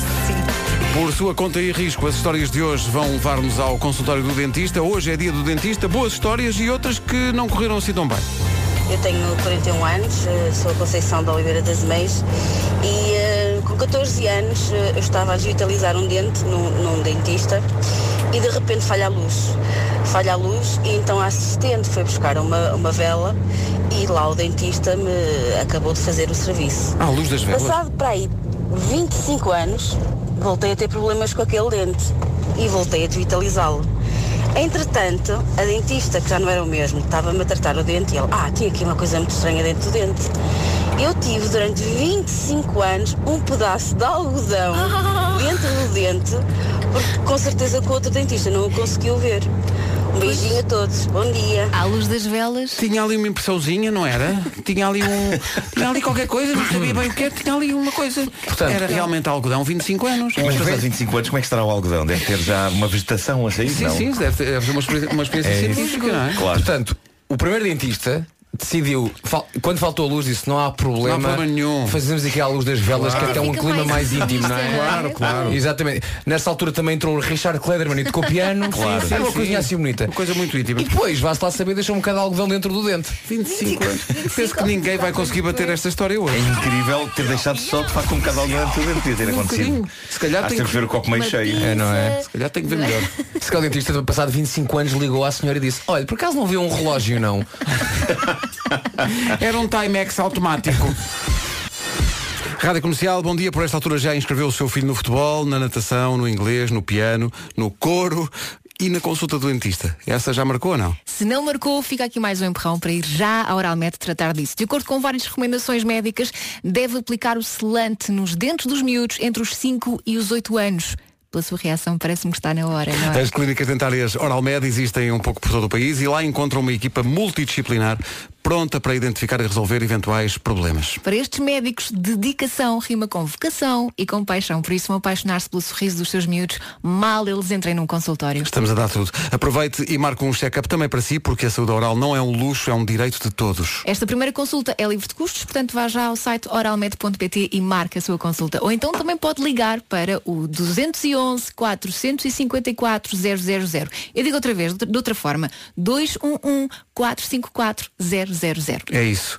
S1: Por sua conta e risco, as histórias de hoje vão levar-nos ao consultório do dentista. Hoje é dia do dentista, boas histórias e outras que não correram assim tão bem.
S9: Eu tenho 41 anos, eh, sou a Conceição da Oliveira das Meias e eh, com 14 anos eh, eu estava a digitalizar um dente num, num dentista e de repente falha a luz. Falha a luz e então a assistente foi buscar uma, uma vela e lá o dentista me acabou de fazer o serviço.
S1: Ah, a luz das velas.
S9: Passado para aí 25 anos, voltei a ter problemas com aquele dente e voltei a devitalizá-lo. Entretanto, a dentista, que já não era o mesmo, estava-me a tratar o dente e ele, ah, tinha aqui uma coisa muito estranha dentro do dente. Eu tive durante 25 anos um pedaço de algodão dentro do dente, porque com certeza que o outro dentista não o conseguiu ver. Um beijinho a todos, bom dia.
S3: À luz das velas.
S1: Tinha ali uma impressãozinha, não era? Tinha ali um. Tinha ali qualquer coisa, não sabia bem o que era, tinha ali uma coisa. era realmente algodão, 25 anos.
S10: Mas passados 25 anos, como é que estará o algodão? Deve ter já uma vegetação a sair?
S1: Sim,
S10: não?
S1: sim, deve ter- deve ser uma experiência, uma experiência
S10: É isso.
S1: científica, não é?
S10: Claro.
S6: Portanto, o primeiro dentista decidiu, fal- quando faltou a luz, disse não há problema,
S1: Não há problema nenhum.
S6: fazemos aqui à luz das velas,
S3: Claro.
S6: que até é um
S3: Fica
S6: clima
S3: mais
S6: mais íntimo, não é?
S3: intimista, Claro, não é? claro.
S6: Exatamente. Nessa altura também entrou o Richard Klederman e tocou piano.
S10: Claro.
S6: Era uma
S1: Sim,
S6: coisinha
S1: sim.
S6: assim bonita.
S1: Uma coisa muito íntima.
S6: E depois, vá-se lá saber, deixou um bocado de algodão dentro do dente.
S1: 25 anos. Penso que ninguém vai conseguir bater esta história
S10: É
S1: hoje.
S10: incrível ter deixado só de facto um bocado de algodão dentro do dente. Podia ter
S1: bocadinho.
S10: acontecido.
S1: Se calhar
S10: Há
S1: tem
S10: sempre
S1: que-
S10: que ver o copo meio
S3: uma
S10: cheio.
S3: pizza.
S6: não é?
S1: Se calhar tenho que ver melhor.
S6: Se calhar o dentista, passado 25 anos, ligou à senhora e disse, olha, por acaso não viu um relógio, não?
S1: Era um Timex automático. Rádio Comercial, bom dia. Por esta altura já inscreveu o seu filho no futebol, na natação, no inglês, no piano, no coro e na consulta do dentista. Essa já marcou ou não?
S3: Se não marcou, fica aqui mais um empurrão para ir já à Oralmed tratar disso. De acordo com várias recomendações médicas, deve aplicar o selante nos dentes dos miúdos entre os 5 e os 8 anos. Pela sua reação, parece-me que está na hora,
S6: Ah.
S3: não é?
S1: As clínicas dentárias Oralmed existem um pouco por todo o país e lá encontram uma equipa multidisciplinar pronta para identificar e resolver eventuais problemas.
S3: Para estes médicos, dedicação rima com vocação e com paixão. Por isso, vão apaixonar-se pelo sorriso dos seus miúdos mal eles entrem num consultório.
S1: Estamos a dar tudo. Aproveite e marque um check-up também para si, porque a saúde oral não é um luxo, é um direito de todos.
S3: Esta primeira consulta é livre de custos, portanto vá já ao site oralmed.pt e marque a sua consulta. Ou então também pode ligar para o 211 454 000. Eu digo outra vez, de de outra forma, 211 454 000.
S1: É isso.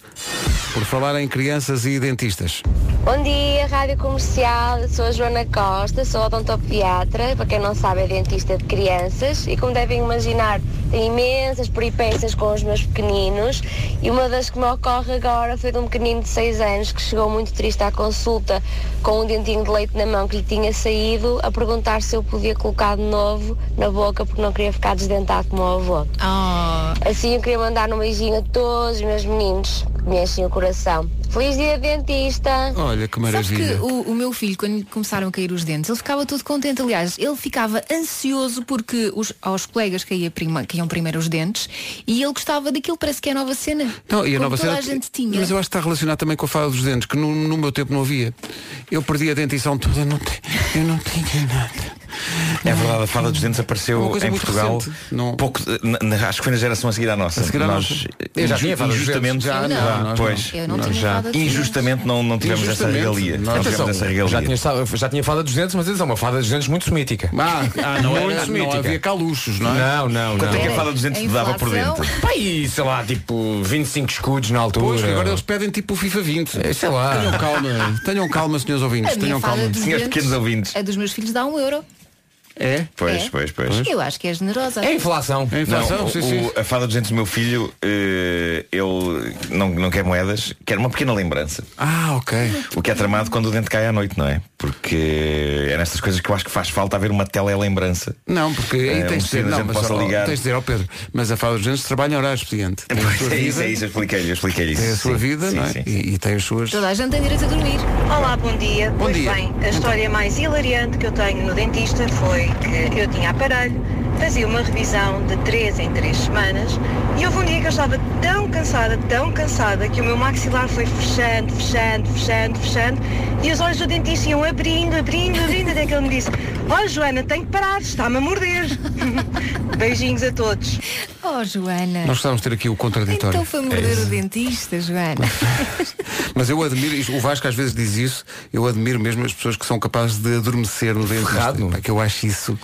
S1: Por falar em crianças e dentistas.
S9: Bom dia, Rádio Comercial. Eu Sou a Joana Costa, sou odontopediatra. Para quem não sabe, é dentista de crianças. E como devem imaginar, tenho imensas peripécias com os meus pequeninos. E uma das que me ocorre agora foi de um pequenino de 6 anos que chegou muito triste à consulta com um dentinho de leite na mão que lhe tinha saído a perguntar se eu podia colocar de novo na boca porque não queria ficar desdentado como o avô.
S3: Oh,
S9: Assim eu queria mandar um beijinho a todos os meus meninos que me enchem o coração. Feliz dia dentista!
S1: Olha que
S3: sabes que
S1: maravilha.
S3: o, o meu filho, quando lhe começaram a cair os dentes, ele ficava todo contente. Aliás, ele ficava ansioso porque os, aos colegas caía prima- caíam primeiro os dentes e ele gostava daquilo, parece que é a nova cena.
S1: Não, e a
S3: Como
S1: nova
S3: toda
S1: cena-
S3: a gente tinha.
S1: Mas eu acho que está relacionado também com a fala dos dentes, que no, no meu tempo não havia. Eu perdi a dentição toda, eu não, te- eu não tinha nada. É
S10: É verdade, a fada dos dentes
S1: Uma
S10: apareceu
S1: coisa
S10: em
S1: muito
S10: Portugal
S1: recente, não-
S10: pouco, na- na- acho que foi na geração a seguir à nossa.
S1: A seguir à
S10: Nós,
S1: nossa.
S10: eh,
S1: Eu já
S10: inju-
S1: tinha fada dos dentes,
S10: injustamente,
S1: já, não,
S10: já,
S1: nós
S10: pois,
S3: não. Eu não tinha
S10: já,
S3: fada dos dentes.
S10: injustamente não, não tivemos essa
S1: Injustamente,
S10: regalia.
S1: nós-
S10: Não
S6: Atenção,
S10: tivemos essa regalia.
S6: já tinha, sa- já tinha fada dos dentes, mas atenção, uma fada dos dentes muito mítica.
S1: Ah, ah, não,
S6: Muito
S1: era, não
S6: mítica.
S1: havia caluchos, não é?
S6: Não, não,
S10: Quanto é que a
S3: Era-
S10: fada dos
S3: a
S10: dentes te dava por
S3: inflação.
S10: dentro?
S6: Pai, sei lá, tipo 25 escudos na altura.
S1: Pois, agora eles pedem tipo o FIFA 20.
S6: Eh, Sei lá.
S1: Tenham calma, tenham calma, senhores ouvintes,
S3: A minha
S1: tenham
S3: fada
S1: calma.
S3: dos
S10: Senhores
S3: dentes,
S10: pequenos ouvintes.
S3: A dos meus filhos dá um euro.
S1: É?
S10: Pois,
S3: É.
S10: pois, pois.
S3: Eu acho que é generosa.
S6: É inflação.
S1: É
S10: Não,
S1: inflação,
S10: o-
S1: sim, sim.
S10: o- a fada dos dentes do meu filho, eh, ele não, não quer moedas, quer uma pequena lembrança.
S1: Ah, ok.
S10: O que é tramado quando o dente cai à noite, não é? Porque é nestas coisas que eu acho que faz falta haver uma telelembrança.
S1: Não, porque aí
S10: É, um
S1: tens de dizer,
S10: sino a
S1: não,
S10: gente
S1: mas
S10: possa
S1: ó,
S10: ligar.
S1: tens de dizer ao Pedro, mas a fala dos dentes trabalha em horários, expediente. Tem a sua
S10: É isso,
S1: vida,
S10: é isso, eu expliquei-lhe, eu expliquei-lhe isso.
S1: tem a sua
S10: Sim,
S1: vida,
S10: sim,
S1: não é?
S10: sim.
S1: E, e tem as suas.
S3: Toda a gente tem direito a dormir.
S11: Olá, bom dia.
S1: Bom
S11: pois
S1: dia. Então.
S11: bem, a história mais hilariante que eu tenho no dentista foi que eu tinha aparelho, fazia uma revisão de 3 em 3 semanas e houve um dia que eu estava tão cansada, tão cansada, que o meu maxilar foi fechando, fechando, fechando, fechando e os olhos do dentista iam abrindo, abrindo, abrindo, até que ele me disse, ó Joana, tem que parar, está-me a morder. Beijinhos a todos.
S3: Oh, Joana.
S1: Nós precisávamos ter aqui o contraditório.
S3: Então foi
S10: É
S3: morder o dentista, Joana.
S1: Mas eu admiro, isto, o Vasco às vezes diz isso, eu admiro mesmo as pessoas que são capazes de adormecer no dentista. Pá, que eu acho isso.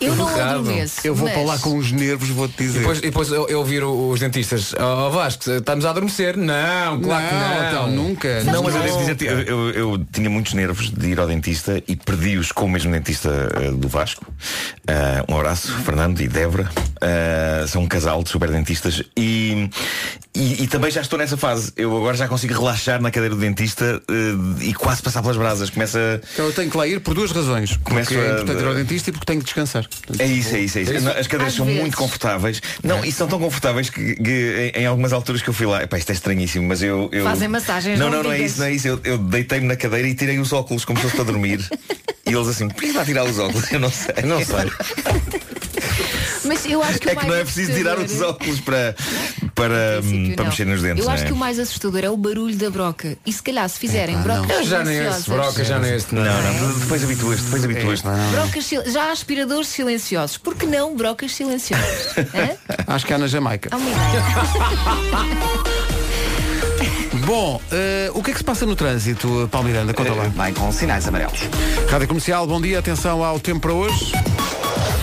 S3: Eu não Errado. adormeço,
S1: Eu vou
S3: mas-
S1: para lá com os nervos, vou-te
S6: E
S1: dizer.
S6: depois, e depois eu, eu ouvir o- os dentistas, ó oh, Vasco, estamos a adormecer. Não, claro que
S1: Não,
S6: não.
S1: então, nunca.
S10: Não, mas eu
S6: nunca.
S10: devo dizer-te, eu, eu- eu tinha muitos nervos de ir ao dentista e perdi-os com o mesmo dentista eh, do Vasco. Ah, um abraço, Fernando e Débora. Ah, são um casal de super dentistas e, e, e também já estou nessa fase. Eu agora já consigo relaxar na cadeira do dentista eh, e quase passar pelas brasas. Começa.
S1: Então eu tenho que lá ir por duas razões. Porque
S10: Começo
S1: é
S10: a-
S1: importante ir ao dentista e porque tenho que descansar.
S10: É isso, é isso, é isso.
S1: É isso.
S10: Não, As cadeiras
S1: Às
S10: são
S1: vezes.
S10: muito confortáveis. Não, e são tão confortáveis que, que em em algumas alturas que eu fui lá, epá, isto é estranhíssimo, mas eu. eu-
S3: Fazem massagens,
S10: Não,
S3: não
S10: não, não é
S3: digas.
S10: isso, não é isso. Eu, eu deitei-me na cadeira e tirei os óculos como se fosse para dormir. e eles assim, por que está a tirar os óculos? Eu não sei. Não sei.
S3: Mas eu acho que
S10: É
S3: o
S10: que
S3: mais
S10: não é preciso tirar
S3: assustador-
S10: os óculos para, para,
S3: princípio,
S10: para
S3: não.
S10: mexer nos dentes.
S3: Eu
S10: não
S3: acho
S10: é?
S3: que o mais assustador é o barulho da broca. E se calhar se fizerem brocas
S6: Eu já nem esse,
S3: silenciosas-
S6: broca, já nem esse.
S10: Não, não, É. depois habituas, depois habituas.
S3: Brocas sil- já há aspiradores silenciosos. Por que não brocas silenciosas? né?
S1: Acho que há na Jamaica.
S3: Há uma ideia.
S1: Bom, eh, o que é que se passa no trânsito, Paulo Miranda? Conta lá.
S2: Bem, com sinais amarelos.
S1: Rádio Comercial, bom dia, atenção ao tempo para hoje.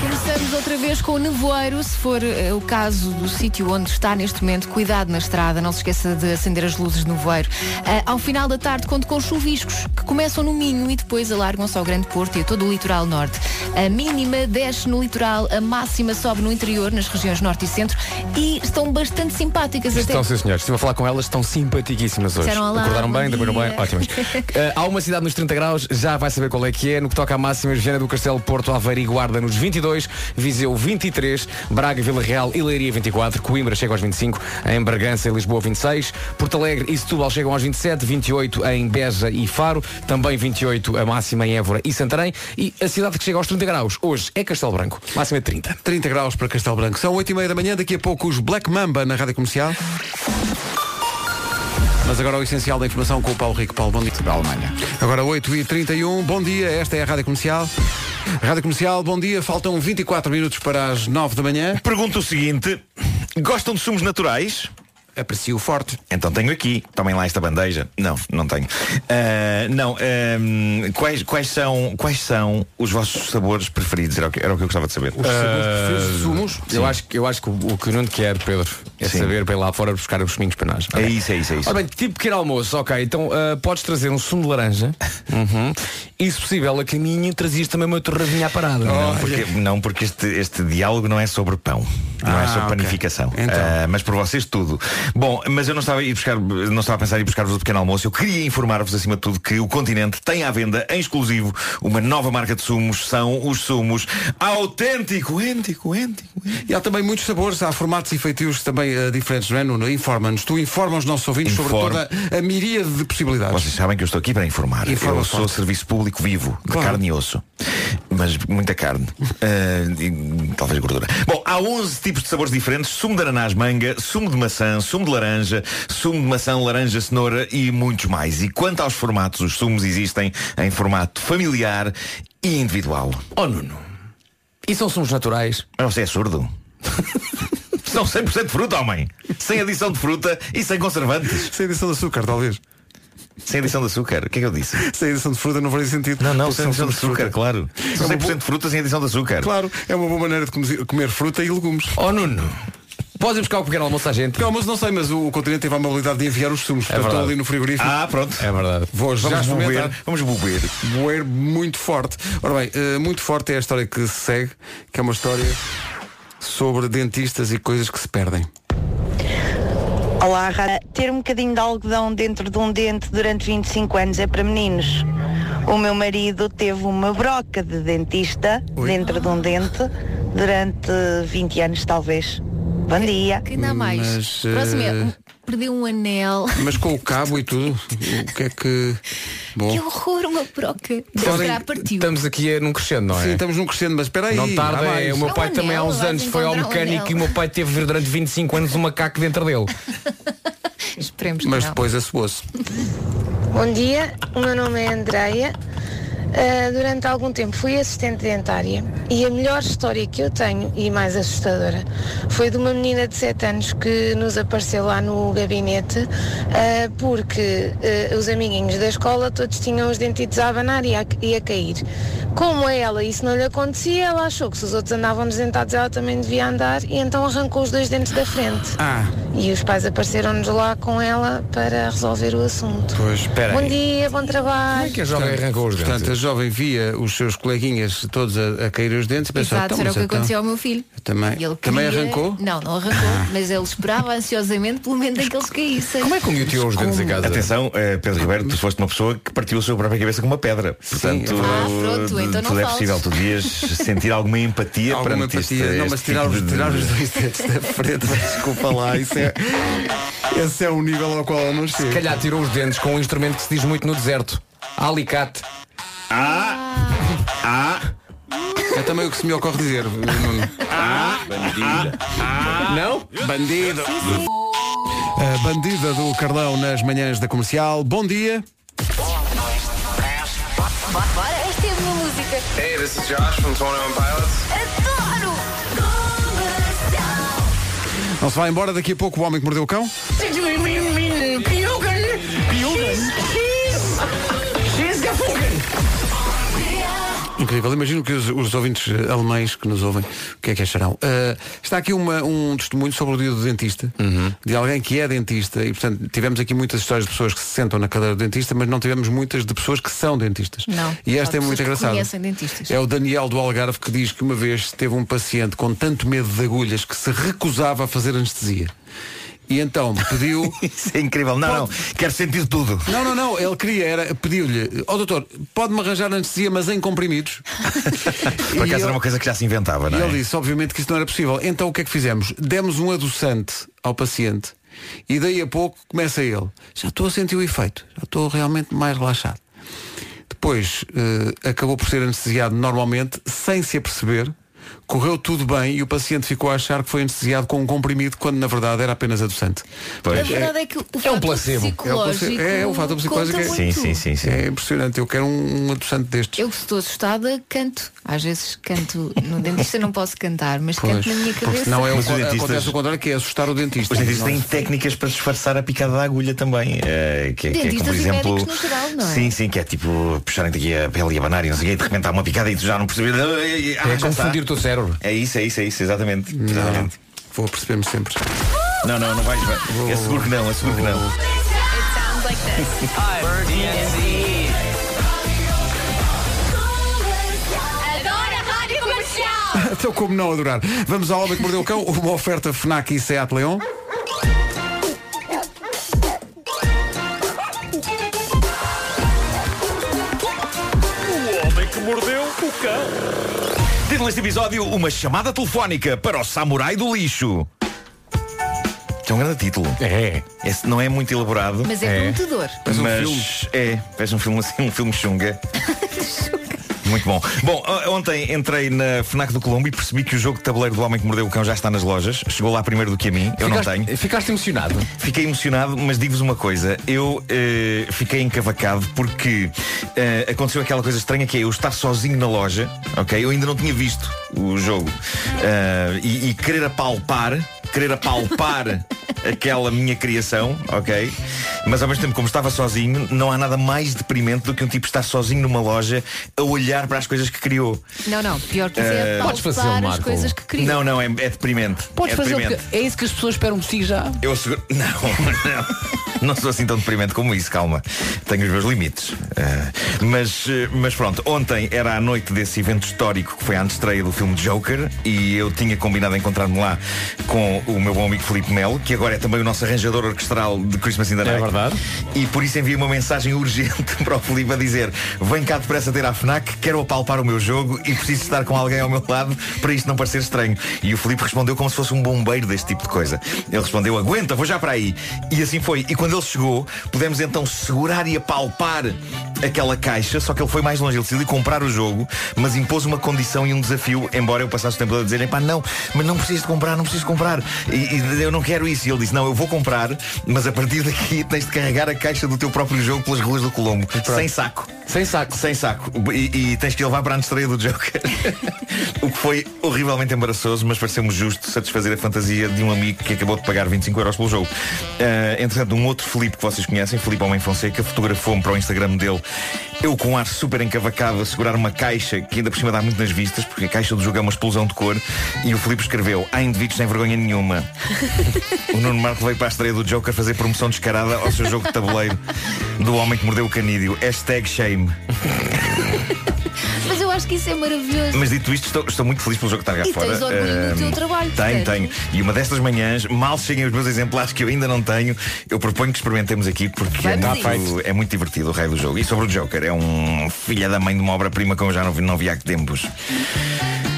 S3: Começamos outra vez com o nevoeiro. Se for eh, o caso do sítio onde está neste momento, cuidado na estrada. Não se esqueça de acender as luzes de nevoeiro. Ah, ao final da tarde, conto com chuviscos que começam no Minho e depois alargam-se ao Grande Porto e a todo o litoral norte. A mínima desce no litoral, a máxima sobe no interior, nas regiões norte e centro e estão bastante simpáticas
S6: Estão,
S3: até.
S6: sim, senhores. Estive a falar com elas, estão simpaticíssimas hoje.
S3: Disseram olá,
S6: Acordaram
S3: bom
S6: bem,
S3: dia.
S6: dormiram bem, ótimas. Eh, há uma cidade nos 30 graus, já vai saber qual é que é. No que toca à máxima, Viana do Castelo, Porto, Aveiro e Guarda nos 22, Viseu 23, Braga, Vila Real e Leiria 24, Coimbra chega aos 25, em Bragança e Lisboa 26, Porto Alegre e Setúbal chegam aos 27, 28 em Beja e Faro, também 28 a máxima em Évora e Santarém e a cidade que chega aos 30 graus hoje é Castelo Branco, máxima de 30.
S1: 30 graus para Castelo Branco. São 8 e meia da manhã, daqui a pouco os Black Mamba na Rádio Comercial. Mas agora o essencial da informação com o Paulo Rico. Paulo, bom dia. Da Alemanha. Agora 8 e 31 bom dia, esta é a Rádio Comercial. Rádio Comercial, bom dia, faltam 24 minutos para as 9 da manhã.
S10: Pergunta o seguinte, gostam de sumos naturais?
S1: Aprecio forte.
S10: Então tenho aqui, tomem lá esta bandeja. Não, não tenho. Ah, não, ahm, quais, quais, são, quais são os vossos sabores preferidos? Era o que, era o que eu gostava de saber.
S6: Ah, Eu acho, que- eu acho que o, o que o Nuno quer, Pedro, é saber para ir lá fora buscar os suminhos para nós.
S10: É isso, é isso, é isso.
S6: Ora bem, tipo pequeno almoço, ok. Então ah, podes trazer um sumo de laranja. Uhum. E se possível, a caminho, trazias também uma torradinha à parada.
S10: Não, porque, não, porque este, este diálogo não é sobre pão. Não
S6: Ah,
S10: é sobre
S6: ok.
S10: panificação.
S6: Então.
S10: Ah, mas por vocês tudo. Bom, mas eu não estava a, ir buscar, não estava a pensar em ir buscar-vos o pequeno almoço. Eu queria informar-vos, acima de tudo, que o continente tem à venda, em exclusivo, uma nova marca de sumos. São os sumos autêntico, êntico, êntico.
S1: E há também muitos sabores, há formatos e feitios também eh, diferentes, não é, Nuno? Informa-nos. Tu informa os nossos ouvintes sobre
S10: Informo.
S1: toda a miríade de possibilidades.
S10: Vocês sabem que eu estou aqui para informar.
S1: Informa
S10: eu sou
S1: forte.
S10: serviço público vivo, de
S1: Claro.
S10: carne e osso. Mas muita carne. Ah, e talvez gordura. Bom, há 11 tipos de sabores diferentes. Sumo de ananás manga, sumo de maçã, sumo de laranja, sumo de maçã, laranja, cenoura e muitos mais. E quanto aos formatos, os sumos existem em formato familiar e individual.
S6: Oh, Nuno. E são sumos naturais?
S10: Mas você é surdo? São 100% fruta, homem. Sem adição de fruta e sem conservantes.
S1: Sem adição de açúcar, talvez.
S10: Sem adição de açúcar. O que é que eu disse?
S1: Sem adição de fruta não faria sentido.
S10: Não, não,
S1: Porque
S10: sem
S1: são
S10: adição de
S1: sumos
S10: açúcar,
S1: fruta.
S10: claro. São
S1: É uma
S10: 100% de fruta sem adição de açúcar.
S1: Claro, é uma boa maneira de comer, comer fruta e legumes.
S6: Oh, Nuno. Podes ir buscar o pequeno almoço à gente? É
S1: Não, mas não sei, mas o, o continente teve a amabilidade de enviar os sumos. portanto, estão
S6: verdade.
S1: ali no frigorífico.
S10: Ah, pronto.
S6: É verdade.
S1: Vou já
S10: Vamos beber,
S1: experimentar.
S10: vamos beber.
S6: Ah.
S1: Boer muito forte. Ora bem, eh, muito forte é a história que se segue, que é uma história sobre dentistas e coisas que se perdem.
S11: Olá, Rara. Ter um bocadinho de algodão dentro de um dente durante 25 anos é para meninos. O meu marido teve uma broca de dentista dentro de um dente durante 20 anos, talvez. Bom dia.
S3: Que ainda há mais.
S1: Mas, eh,
S3: Próximo é, um- perdeu um anel.
S1: Mas com o cabo e tudo, o que é que. Bom.
S3: Que horror, uma broca.
S6: Podem-
S3: Já partiu.
S6: Estamos aqui eh, num crescendo, não é?
S10: tá
S1: Sim, estamos num crescendo, mas espera aí.
S6: Não
S1: há
S6: tarda,
S1: mais.
S6: é, o meu
S3: É um
S6: pai
S3: anel,
S6: também há uns
S3: vais
S6: anos foi ao
S3: encontrar um
S6: mecânico
S3: anel.
S6: e o meu pai teve durante 25 anos um macaco dentro dele.
S3: Esperemos que
S1: Mas
S3: não.
S1: depois assoou-se.
S12: Bom
S11: Eh,
S12: dia, o meu nome é Andreia. Ah, durante algum tempo fui assistente dentária
S11: E a melhor história que eu tenho, e mais assustadora, foi de uma menina de 7 anos que nos apareceu lá no gabinete, ah, porque ah, os amiguinhos da escola todos tinham os dentitos a abanar e a, e a cair. Como a ela isso não lhe acontecia, ela achou que se os outros andavam desdentados ela também devia andar e então arrancou os dois dentes da frente. E os pais apareceram-nos lá com ela para resolver o assunto.
S1: Pois, espera
S11: bom
S1: aí.
S11: dia, bom trabalho.
S6: é
S1: Portanto- Portanto, a jovem via os seus coleguinhas todos a, a cair os dentes e pensava,
S3: Exato,
S1: "Então,
S3: era o
S1: mas
S3: que
S1: então-
S3: aconteceu ao meu filho.
S1: Também,
S3: E ele
S1: também
S3: queria-
S1: arrancou?
S3: Não, não arrancou, mas ele esperava ansiosamente pelo menos que eles caíssem. Como é
S6: que tirou os
S3: dentes em
S6: casa?
S10: Atenção, eh, Pedro Ribeiro, tu foste uma pessoa que partiu a sua própria cabeça com uma pedra.
S1: é
S10: Portanto,
S3: Ah, pronto, então não
S10: tudo é
S3: fales.
S10: possível. Tu devias sentir alguma empatia
S1: Alguma
S10: perante este-
S1: empatia. Não,
S10: este
S1: mas tirar os-
S10: tipo de-
S1: tirar os dois dentes da frente, desculpa lá, isso é- Esse é o nível ao qual eu não chego.
S6: Se calhar tirou os dentes com um instrumento que se diz muito no deserto. Alicate.
S10: Ah! Ah!
S1: É também o que se me ocorre dizer. Nuno.
S12: Ah,
S10: Ah, Bandido.
S6: Não?
S1: Bandido. A bandida do Carlão nas manhãs da comercial. Bom dia.
S12: Bora, esta é a minha música.
S13: Hey, this is Josh from 21 Pilots.
S12: Adoro!
S1: Não se vai embora daqui a pouco o homem que mordeu o cão?
S12: Piugan! Piugan! She's Gafugan!
S1: Incrível, imagino que os, os ouvintes eh, alemães que nos ouvem, o que é que acharão? Ah, está aqui uma- um testemunho sobre o dia do dentista,
S10: Uhum.
S1: de alguém que é dentista, e portanto tivemos aqui muitas histórias de pessoas que se sentam na cadeira do dentista, mas não tivemos muitas de pessoas que são dentistas.
S3: Não.
S1: E esta
S3: só
S1: é muito
S3: pessoas que
S1: engraçada.
S3: Conhecem dentistas.
S1: É o Daniel do Algarve que diz que uma vez teve um paciente com tanto medo de agulhas que se recusava a fazer anestesia. E então pediu.
S10: Isso é incrível. Não, não. Quero sentir tudo.
S1: Não, não, não. Ele queria, era, pediu-lhe, ó doutor, pode-me arranjar anestesia, mas em comprimidos.
S10: Por
S1: E
S10: acaso
S1: ele-
S10: era uma coisa que já se inventava,
S1: E
S10: não é?
S1: ele disse, obviamente, que isso não era possível. Então o que é que fizemos? Demos um adoçante ao paciente e daí a pouco começa ele. Já estou a sentir o efeito, já estou realmente mais relaxado. Depois eh, acabou por ser anestesiado normalmente, sem se aperceber. Correu tudo bem e o paciente ficou a achar que foi anestesiado com um comprimido quando na verdade era apenas adoçante.
S3: A verdade é que o fator psicológico
S1: É, é o fator psicológico.
S3: conta muito.
S1: É impressionante. Eu quero um, um adoçante destes.
S3: Eu que estou assustada, canto. Às vezes canto no dentista, não posso cantar, mas
S1: Pois,
S3: canto na minha
S1: porque
S3: cabeça.
S1: senão é o,
S10: Mas os dentistas-
S1: acontece o contrário, que é assustar o dentista.
S10: Os dentistas têm
S1: Não.
S10: técnicas para disfarçar a picada da agulha também. eh, que, é- que é como,
S3: Dentistas
S10: por
S3: e médicos
S10: exemplo.
S3: no geral, não é?
S10: Sim, sim, que é tipo puxarem-te aqui a pele e a banar e não sei o quê, e de repente há uma picada e tu já não percebes. Ah,
S6: É
S10: já está.
S6: confundir o teu cérebro.
S10: É isso, é isso, é isso, exatamente. exatamente.
S1: Vou perceber-me sempre.
S10: Não, não, não vais. vai. É seguro que não, é seguro que não.
S12: It sounds like this. Adoro a rádio comercial!
S1: então como não adorar? Vamos ao Homem que Mordeu o Cão, uma oferta FNAC e Seat Leon.
S10: O homem que mordeu o cão. Título deste episódio: Uma chamada telefónica para o samurai do lixo. Isto é um grande título. É. Esse não é muito elaborado.
S3: Mas é prometedor.
S10: Mas,
S3: Mas um
S10: é, parece um filme assim, um filme chunga. Muito bom. Bom, o- ontem entrei na FNAC do Colombo e percebi que o jogo de tabuleiro do Homem que Mordeu o Cão já está nas lojas. Chegou lá primeiro do que a mim, eu não
S6: Ficaste-
S10: tenho.
S6: Ficaste emocionado.
S10: Fiquei emocionado, mas digo-vos uma coisa. Eu eh, fiquei encavacado porque eh, aconteceu aquela coisa estranha que é eu estar sozinho na loja, ok? Eu ainda não tinha visto o jogo. Ah, e, e querer apalpar, querer apalpar aquela minha criação, ok? Mas ao mesmo tempo, como estava sozinho, não há nada mais deprimente do que um tipo estar sozinho numa loja a olhar para as coisas que criou.
S3: Não, não, pior que isso
S10: Eh,
S3: é palpar as coisas que queria.
S10: Não, não, é, é deprimente.
S3: Podes
S10: é
S3: fazer o que-
S10: deprimente.
S3: é isso que as pessoas esperam de si já.
S10: Eu seguro. Não, não. Não sou assim tão deprimente como isso, calma. Tenho os meus limites. Ah, mas, eh, mas pronto, ontem era a noite desse evento histórico que foi a estreia do filme Joker e eu tinha combinado encontrar-me lá com o meu bom amigo Filipe Melo, que agora é também o nosso arranjador orquestral de Christmas in the Night. É verdade. E por isso enviei uma mensagem urgente para o Filipe a dizer vem cá depressa ter à FNAC, quero apalpar o meu jogo e preciso estar com alguém ao meu lado para isto não parecer estranho. E o Filipe respondeu como se fosse um bombeiro deste tipo de coisa. Ele respondeu, aguenta, vou já para aí. E assim foi. E quando ele chegou, pudemos então segurar e apalpar aquela caixa, só que ele foi mais longe. Ele decidiu comprar o jogo, mas impôs uma condição e um desafio, embora eu passasse o tempo todo a dizer, pá, não, mas não preciso de comprar, um não preciso de comprar. E, e eu não quero isso. E ele disse, não, eu vou comprar, mas a partir daqui tens de carregar a caixa do teu próprio jogo pelas ruas do Colombo. Sem saco.
S6: Sem saco.
S10: Sem saco. E, e tens que levar para a estreia do Joker. o que foi horrivelmente embaraçoso, mas pareceu-me justo satisfazer a fantasia de um amigo que acabou de pagar 25 euros pelo jogo. Uh, entretanto, um outro Filipe que vocês conhecem, Filipe Homem Fonseca, fotografou-me para o Instagram dele, eu com um ar super encavacado a segurar uma caixa que ainda por cima dá muito nas vistas, porque a caixa do jogo é uma explosão de cor, e o Filipe escreveu, há indivíduos sem vergonha nenhuma. o Nuno Marco veio para a estreia do Joker fazer promoção descarada ao seu jogo de tabuleiro do Homem que Mordeu o Canídeo. Hashtag shame.
S3: Mas eu acho que isso é maravilhoso.
S10: Mas dito isto, estou, estou muito feliz pelo jogo que está cá
S3: E
S10: fora.
S3: tens orgulho no
S10: Ahm,
S3: teu trabalho,
S10: Tenho,
S3: portanto.
S10: tenho. E uma destas manhãs, mal cheguem os meus exemplares que eu ainda não tenho, eu proponho que experimentemos aqui porque é
S6: Vamos a
S10: muito, é muito divertido o raio do jogo. E sobre o Joker, é um filha da mãe de uma obra-prima como eu já não vi, não vi há que tempos.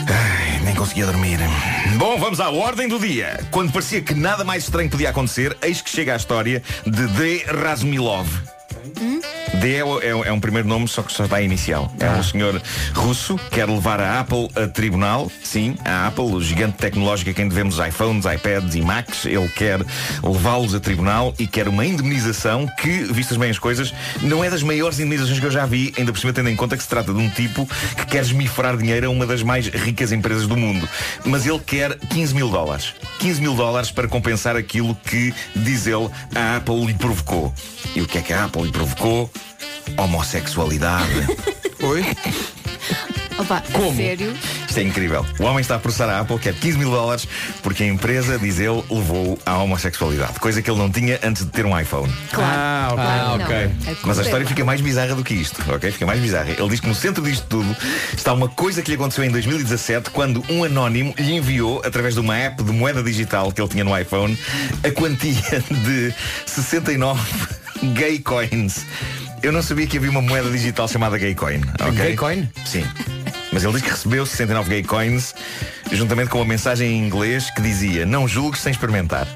S10: Ai, nem conseguia dormir. Bom, vamos à ordem do dia. Quando parecia que nada mais estranho podia acontecer, eis que chega a história de D. Razumilov. D é, o- é o- é um primeiro nome, só que só está a inicial. É um senhor russo, quer levar a Apple a tribunal. Sim, a Apple, o gigante tecnológico a quem devemos iPhones, iPads e Macs. Ele quer levá-los a tribunal e quer uma indemnização que, vistas bem as coisas, não é das maiores indemnizações que eu já vi, ainda por cima tendo em conta que se trata de um tipo que quer esmifrar dinheiro a uma das mais ricas empresas do mundo. Mas ele quer 15 mil dólares. 15 mil dólares para compensar aquilo que, diz ele, a Apple lhe provocou. E o que é que a Apple lhe provocou? Homossexualidade. Oi?
S3: Opa,
S10: Como?
S3: sério.
S10: Isto é incrível. O homem está a processar a Apple, quer 15 mil dólares, porque a empresa, diz ele, levou à homossexualidade. Coisa que ele não tinha antes de ter um iPhone.
S6: Claro. Ah, ok.
S3: É
S10: Ok. Mas a história fica mais bizarra do que isto, ok? Fica mais bizarra. Ele diz que no centro disto tudo está uma coisa que lhe aconteceu em 2017 quando um anónimo lhe enviou, através de uma app de moeda digital que ele tinha no iPhone, a quantia de 69 gay coins. Eu não sabia que havia uma moeda digital chamada gay coin. ok?
S6: Gay coin?
S10: Sim. Mas ele diz que recebeu 69 gay coins juntamente com uma mensagem em inglês que dizia não julgues sem experimentar.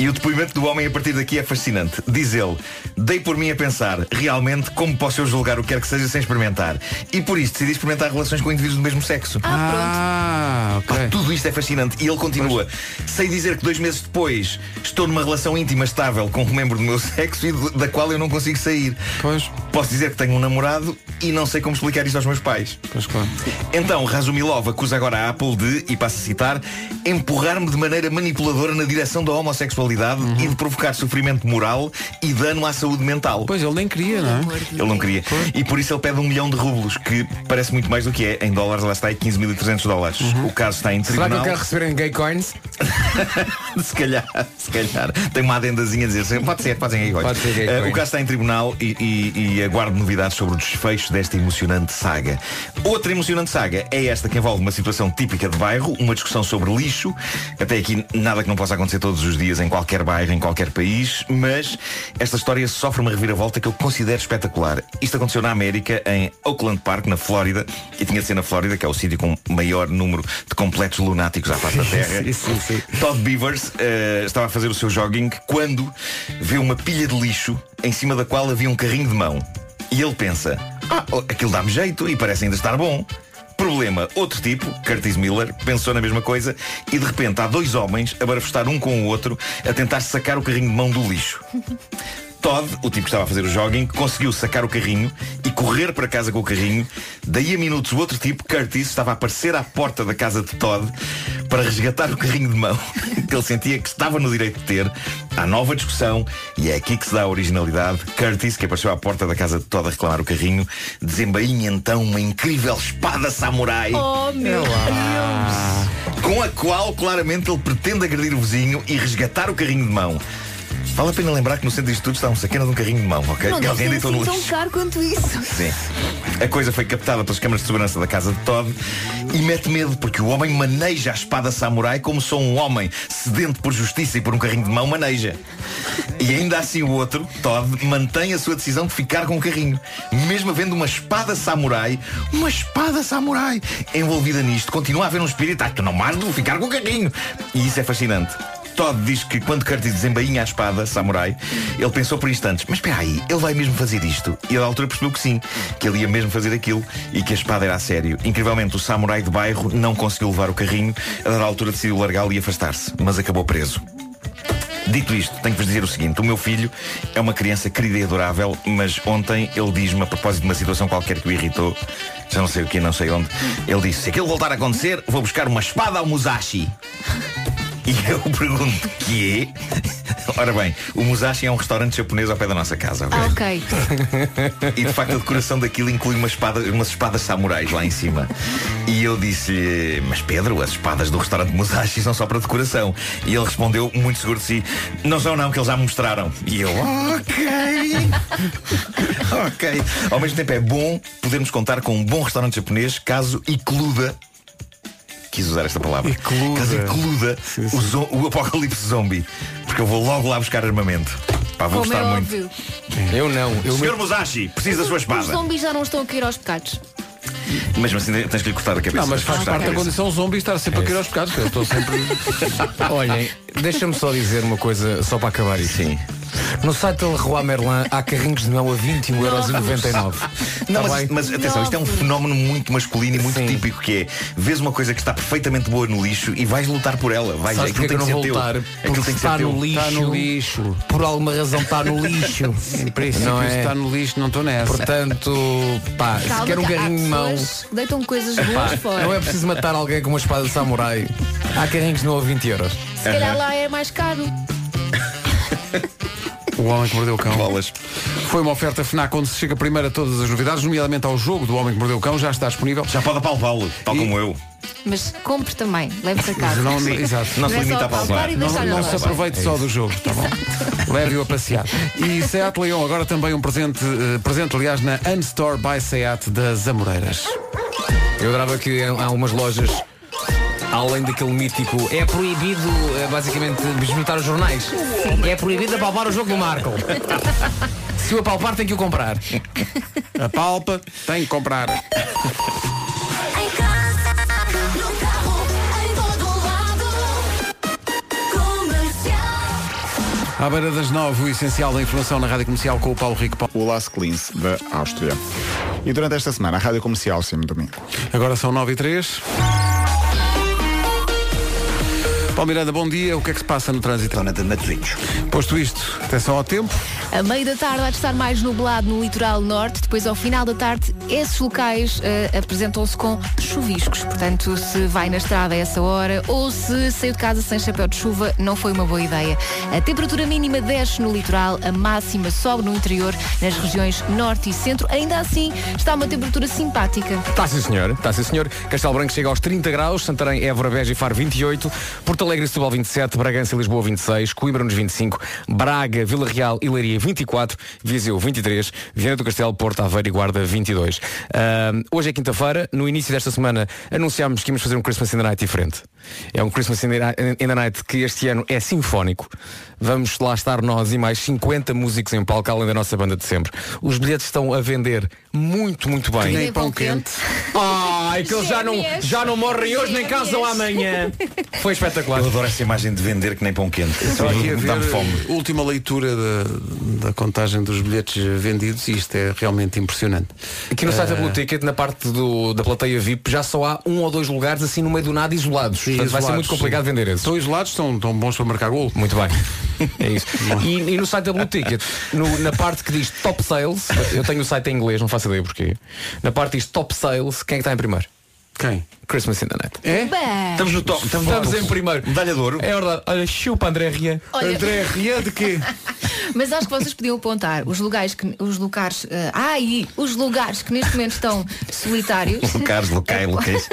S10: E o depoimento do homem a partir daqui é fascinante. Diz ele, dei por mim a pensar, realmente, como posso eu julgar o que quer que seja sem experimentar? E por isso decidi experimentar relações com indivíduos do mesmo sexo. Ah, pronto. tudo isto é fascinante. E ele continua, sei dizer que dois meses depois estou numa relação íntima estável com um membro do meu sexo e do- da qual eu não consigo sair. Pois. Posso dizer que tenho um namorado e não sei como explicar isto aos meus pais. Pois claro. Então, Razumilov acusa agora a Apple de, e passo a citar, empurrar-me de maneira manipuladora na direção da homossexualidade e de provocar sofrimento moral e dano à saúde mental. Pois ele nem queria, não é? Ele não queria. E por isso ele pede um milhão de rublos, que parece muito mais do que é. Em dólares lá está, é 15.300 dólares. O caso está em
S6: Uhum. Será
S10: tribunal.
S6: que eu quero receber em gay coins?
S10: se calhar, se calhar. Tem uma adendazinha a dizer assim, pode ser, fazem aí
S6: Pode ser, é,
S10: Eh,
S6: foi.
S10: O caso está em tribunal e, e- e aguardo novidades sobre o desfecho desta emocionante saga. Outra emocionante saga é esta que envolve uma situação típica de bairro, uma discussão sobre lixo. Até aqui nada que não possa acontecer todos os dias em qualquer bairro, em qualquer país, mas esta história sofre uma reviravolta que eu considero espetacular. Isto aconteceu na América, em Oakland Park, na Flórida, e tinha de ser na Flórida, que é o sítio com maior número de completos lunáticos à face da Terra. Todd Beavers eh, estava a fazer o seu jogging quando vê uma pilha de lixo em cima da qual havia um carrinho de mão. E ele pensa, ah, oh, aquilo dá-me jeito e parece ainda estar bom. Problema, outro tipo, Curtis Miller, pensou na mesma coisa e de repente há dois homens a barafustar um com o outro a tentar sacar o carrinho de mão do lixo. Todd, o tipo que estava a fazer o jogging, conseguiu sacar o carrinho e correr para casa com o carrinho. Daí a minutos o outro tipo, Curtis, estava a aparecer à porta da casa de Todd para resgatar o carrinho de mão que ele sentia que estava no direito de ter. Há nova discussão e é aqui que se dá a originalidade. Curtis, que apareceu à porta da casa de Todd a reclamar o carrinho, desembainha então uma incrível espada samurai.
S12: Oh, meu
S10: Com a qual claramente ele pretende agredir o vizinho e resgatar o carrinho de mão. Vale a pena lembrar que no centro disto tudo está um sacana de um carrinho de mão, ok?
S3: Não deve
S10: que alguém
S3: ser
S10: deitou no
S3: assim
S10: lixo.
S3: tão caro quanto isso.
S10: Sim. A coisa foi captada pelas câmaras de segurança da casa de Todd e mete medo porque o homem maneja a espada samurai como só um homem sedento por justiça e por um carrinho de mão maneja. E ainda assim o outro, Todd, mantém a sua decisão de ficar com o carrinho, mesmo havendo uma espada samurai, uma espada samurai envolvida nisto. Continua a haver um espírito, ah, tu não mais de ficar com o carrinho. E isso é fascinante. Todd diz que quando Curtis desembainha a espada samurai, ele pensou por instantes, mas espera aí, ele vai mesmo fazer isto? E ele à altura percebeu que sim, que ele ia mesmo fazer aquilo e que a espada era a sério. Incrivelmente, o samurai de bairro não conseguiu levar o carrinho, a dada altura decidiu largá-lo e afastar-se, mas acabou preso. Dito isto, tenho que vos dizer o seguinte: o meu filho é uma criança querida e adorável, mas ontem ele diz-me, a propósito de uma situação qualquer que o irritou, já não sei o que, não sei onde, ele disse: se aquilo voltar a acontecer, vou buscar uma espada ao Musashi. E eu pergunto: que é? Ora bem, o Musashi é um restaurante japonês ao pé da nossa casa. ok?
S3: Ah, ok.
S10: E de facto a decoração daquilo inclui uma espada, umas espadas samurais lá em cima. E eu disse-lhe, mas Pedro, as espadas do restaurante Musashi são só para decoração. E ele respondeu, muito seguro de si, não são não, que eles já me mostraram. E eu, "Ah, Ok. ok. Ao mesmo tempo é bom podermos contar com um bom restaurante japonês caso includa. Quis usar esta palavra. Caso includa O, zo- o apocalipse zombie. Porque eu vou logo lá buscar armamento. Pá, vou
S3: Como é
S10: gostar muito.
S3: óbvio.
S10: Eu não.
S3: eu
S10: Senhor
S3: me-
S10: Musashi, precisa da sua
S3: Os
S10: espada.
S3: zombies já não estão a cair aos pecados.
S10: Mesmo assim tens que lhe cortar a cabeça.
S1: Não, Ah, mas faz
S10: Cortar a
S1: parte da
S10: cabeça.
S1: condição zombie é estar sempre a cair aos pecados. Eu estou sempre.
S6: Olhem, deixa-me só dizer uma coisa, só para acabar isto.
S10: Sim.
S6: No site da Leroy Merlin há carrinhos de mel a 21,99€.
S10: Não,
S6: Tá
S10: mas,
S6: bem?
S10: mas atenção, isto é um fenómeno muito masculino e muito típico que é vês uma coisa que está perfeitamente boa no lixo e vais lutar por ela. Vais,
S6: Sabes
S10: aquilo
S6: porque é que
S10: tem
S6: eu não
S10: que
S6: vou
S10: ser teu.
S6: lutar? Porque
S10: Aquilo tem que
S6: está
S10: ser
S6: no
S10: teu.
S6: lixo. Por alguma razão está no lixo.
S1: Em princípio,
S6: Não
S1: se
S6: é?
S1: está no lixo, não estou nessa.
S6: Portanto, pá, se
S3: Calma,
S6: quer um
S3: que há
S6: carrinho de mão.
S3: pessoas que Deitam coisas
S6: pá,
S3: boas fora.
S6: não é preciso matar alguém com uma espada de samurai. Há carrinhos de mel a 20 euros.
S3: Se calhar lá é mais caro.
S1: O Homem que Mordeu o Cão. Foi uma oferta FNAC onde se chega primeiro a todas as novidades, nomeadamente ao jogo do Homem que Mordeu o Cão, já está disponível.
S10: Já pode apalpá-lo, tal como eu.
S3: Mas compre também. Leve para casa.
S1: Não, exato.
S10: Não se
S3: é só
S10: limita a
S3: apalpar
S10: palpar.
S3: e
S1: Não,
S3: deixar
S1: não
S3: na
S1: se
S3: loja.
S1: aproveite só do jogo, tá bom? Leve-o a passear. E Seat Leon, agora também um presente, eh, presente aliás, na Unstore by Seat das Amoreiras.
S6: Eu adorava que há algumas lojas, além daquele mítico, é proibido eh, basicamente bisbilhotar os jornais. É proibido apalpar o jogo do Marco. Se o apalpar tem que o comprar.
S1: A palpa tem que comprar. À beira das nove, o essencial da informação na Rádio Comercial com o Paulo Rico.
S7: O Las Klins da Áustria. E durante esta semana, a Rádio Comercial, sim, no domingo.
S1: Agora são 9 e 3. Paulo Miranda, bom dia. O que é que se passa no trânsito? Zona
S2: de Matosinhos.
S1: Posto isto, atenção ao tempo.
S3: A meio da tarde há de estar mais nublado no litoral norte, depois ao final da tarde esses locais eh, apresentam-se com chuviscos, portanto se vai na estrada a essa hora ou se saiu de casa sem chapéu de chuva não foi uma boa ideia. A temperatura mínima desce no litoral, a máxima sobe no interior, nas regiões norte e centro, ainda assim está uma temperatura simpática.
S6: Está Tá sim senhor, está sim senhor. Castelo Branco chega aos 30 graus, Santarém, Évora, Beja e Faro 28, Porto Alegre e Setúbal 27, Bragança e Lisboa 26, Coimbra nos 25, Braga, Vila Real e Leiria 24, Viseu 23, Viana do Castelo, Porto, Aveiro e Guarda 22. Ahm, hoje é quinta-feira, no início desta semana anunciámos que íamos fazer um Christmas in the Night diferente. É um Christmas in the Ni- in the Night que este ano é sinfónico. Vamos lá estar nós e mais 50 músicos em palco, além da nossa banda de sempre. Os bilhetes estão a vender muito, muito bem.
S1: Que nem pão quente.
S6: Ai, que eles já não,
S12: Gêmeas.
S6: já não morrem hoje nem
S12: Gêmeas.
S6: casam amanhã. Foi espetacular.
S10: Eu adoro essa imagem de vender que nem pão quente. Isso
S1: Estou aqui a
S10: dá-me
S1: ver
S10: fome.
S1: a última leitura da, da contagem dos bilhetes vendidos e isto é realmente impressionante.
S6: Aqui no
S10: É.
S6: site da
S1: Eh,
S6: Blue Ticket, na parte do- da plateia VIP, já só há um ou dois lugares assim no meio do nada isolados. Portanto, vai ser
S1: isolados,
S6: muito complicado
S1: sim.
S6: vender esses.
S1: Estão isolados, estão, estão bons para marcar gol.
S6: Muito bem. É isso. E, e no site da Blue Ticket, no- na parte que diz Top Sales, eu tenho o site em inglês, não faço ideia porquê. Na parte que diz Top Sales, quem é que está em primeiro?
S1: Quem?
S6: Christmas in the Night.
S1: É?
S10: Estamos no top. Estamos,
S6: Estamos em primeiro.
S10: Dá-lhe a dor.
S6: É verdade. Olha, chupa André Ria.
S3: Olha-
S1: André Ria de quê?
S3: Mas acho que vocês podiam apontar os lugares que os lugares, eh, ai, os lugares que neste momento estão solitários.
S10: Locais, locais, locais.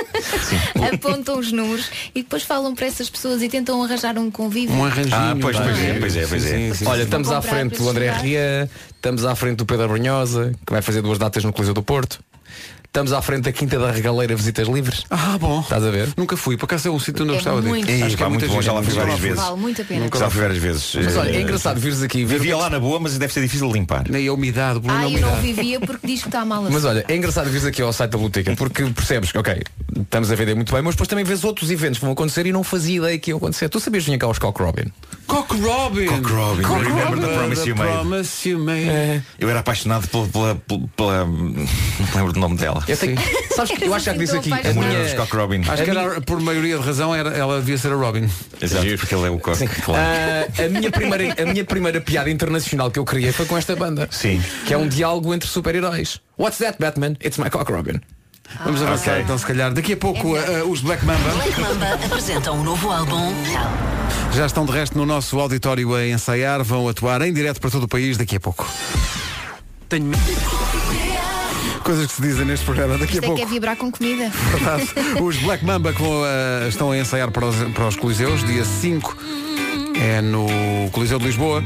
S3: apontam os números e depois falam para essas pessoas e tentam arranjar um convívio.
S1: Um arranjinho.
S10: Ah, pois,
S1: pá.
S10: pois é, pois é, pois é.
S1: Sim, sim, sim.
S6: Olha, estamos à
S3: Comprar
S6: frente
S3: para
S6: do André
S3: chegar.
S6: Ria, estamos à frente do Pedro Brunhosa, que vai fazer duas datas no Coliseu do Porto. Estamos à frente da Quinta da Regaleira Visitas Livres.
S1: Ah, bom.
S6: Estás a ver?
S1: Nunca fui. Por acaso é um sítio onde eu
S6: É
S1: gostava de
S6: muito
S1: ir.
S6: Ei,
S1: Acho que
S6: pá,
S1: é muita
S6: muito bom,
S1: gente.
S6: já lá fui
S1: Nunca
S6: várias vezes.
S3: Vale muito a pena.
S1: Nunca
S10: Já fui várias vezes.
S6: Mas olha, é
S10: Eh,
S6: engraçado vires aqui. ver
S10: Vivia
S6: o que
S10: lá na boa, mas deve ser difícil de limpar.
S1: Nem a umidade,
S3: Ah, eu não vivia porque diz que está mal assim.
S6: Mas olha, é engraçado vires aqui ao site da biblioteca porque percebes que, ok, estamos a vender muito bem, mas depois também vês outros eventos que vão acontecer e não fazia ideia que iam acontecer. Tu sabias que vinha cá os Cock Robin?
S1: Cock Robin!
S10: Cock Robin.
S1: Cock
S10: Remember
S1: Robin.
S10: the promise you made.
S1: Promise you made.
S6: É.
S10: Eu era apaixonado pela. pela, pela, pela- não lembro do nome dela.
S6: Eu tenho- Sabes que eu acho que já te disse aqui.
S10: A mulher dos Cock Robin.
S1: Acho que é era, por maioria de razão era, ela devia ser a Robin.
S10: Exato, porque ele é o Cock. Claro.
S6: Ah, a, minha primeira, a minha primeira piada internacional que eu criei foi com esta banda.
S10: Sim.
S6: Que é um diálogo entre super-heróis. What's that, Batman? It's my cock Robin.
S1: Vamos
S14: Ah,
S1: avançar então, se calhar. Daqui a pouco eh, eh, os Black Mamba
S14: É Black Mamba apresenta um novo álbum.
S1: já estão de resto no nosso auditório a ensaiar, vão atuar em direto para todo o país daqui a pouco. Tenho. Coisas que se dizem neste programa daqui a
S3: Isto é
S1: pouco.
S3: que é vibrar com comida.
S1: Verdade. Os Black Mamba que vão, eh, estão a ensaiar para os, para os Coliseus, dia 5 é no Coliseu de Lisboa,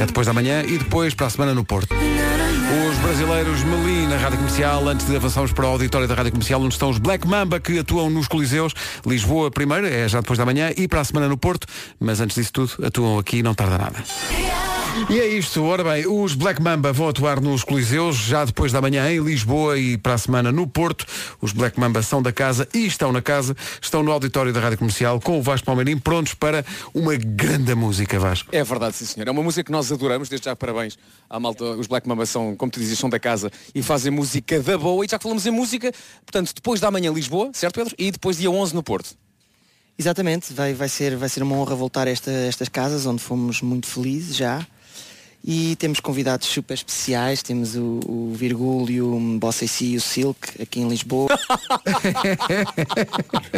S1: é depois da manhã e depois para a semana no Porto. Os brasileiros Melim na Rádio Comercial, antes de avançarmos para o auditório da Rádio Comercial, onde estão os Black Mamba que atuam nos Coliseus, Lisboa primeiro, é já depois da manhã, e para a semana no Porto, mas antes disso tudo, atuam aqui, não tarda nada. E é isto, ora bem, os Black Mamba vão atuar nos Coliseus já depois da manhã em Lisboa e para a semana no Porto. Os Black Mamba são da casa e estão na casa, estão no auditório da Rádio Comercial com o Vasco Palmeirim prontos para uma grande música, Vasco.
S15: É verdade, sim senhor. É uma música que nós adoramos, desde já parabéns à malta. Os Black Mamba são, como tu dizes, são da casa e fazem música da boa. E já que falamos em música, portanto, depois da manhã Lisboa, certo Pedro? E depois dia 11 no Porto.
S16: Exatamente, vai, vai, ser, vai ser uma honra voltar a esta- estas casas onde fomos muito felizes já. E temos convidados super especiais, temos o, o Virgúlio, o Bossa e o Silk aqui em Lisboa.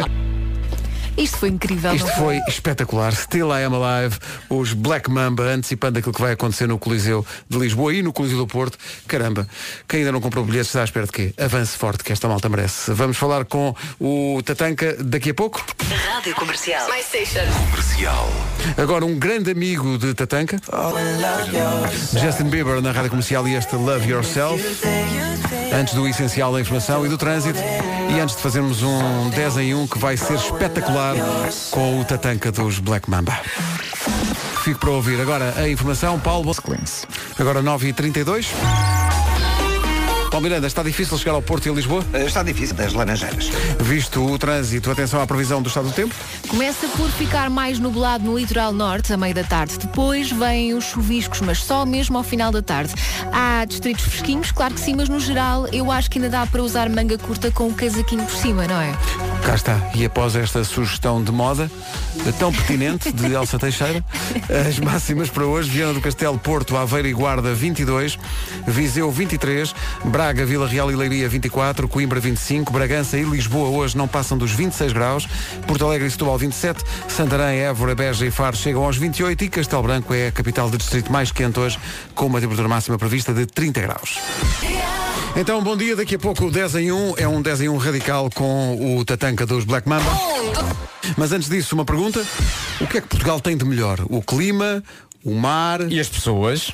S3: Isto foi incrível.
S1: Isto
S3: não
S1: foi espetacular. Still I Am Alive, os Black Mamba, antecipando aquilo que vai acontecer no Coliseu de Lisboa e no Coliseu do Porto. Caramba, quem ainda não comprou bilhetes está à espera de quê? Avance forte, que esta malta merece. Vamos falar com o Tatanka daqui a pouco.
S14: Rádio Comercial. My Station.
S1: Agora um grande amigo de Tatanka. Justin Bieber na Rádio Comercial e este Love Yourself. Antes do essencial da informação e do trânsito. E antes de fazermos um 10 em 1 que vai ser espetacular com o Tatanka dos Black Mamba. Fico para ouvir agora a informação, Paulo Bosclins. Agora 9h32. Paulo Miranda, está difícil chegar ao Porto e a Lisboa?
S2: Ah, Está difícil, das Laranjeiras.
S1: Visto o trânsito, atenção à previsão do estado do tempo.
S3: Começa por ficar mais nublado no litoral norte a meio da tarde. Depois vêm os chuviscos, mas só mesmo ao final da tarde. Há distritos fresquinhos, claro que sim, mas no geral eu acho que ainda dá para usar manga curta com o casaquinho por cima, não é?
S1: Cá está. E após esta sugestão de moda, eh, tão pertinente, de Elsa Teixeira, as máximas para hoje, Viana do Castelo, Porto, Aveiro e Guarda, 22, Viseu, 23, Braga, Vila Real e Leiria, 24, Coimbra, 25, Bragança e Lisboa hoje não passam dos 26 graus, Porto Alegre e Setúbal, 27, Santarém, Évora, Beja e Faro chegam aos 28 e Castelo Branco é a capital do distrito mais quente hoje, com uma temperatura máxima prevista de 30 graus. Então, bom dia. Daqui a pouco o 10 em 1 é um 10 em 1 radical com o Tatanka dos Black Mamba. Mas antes disso, uma pergunta. O que é que Portugal tem de melhor? O clima, o mar... E
S6: as pessoas?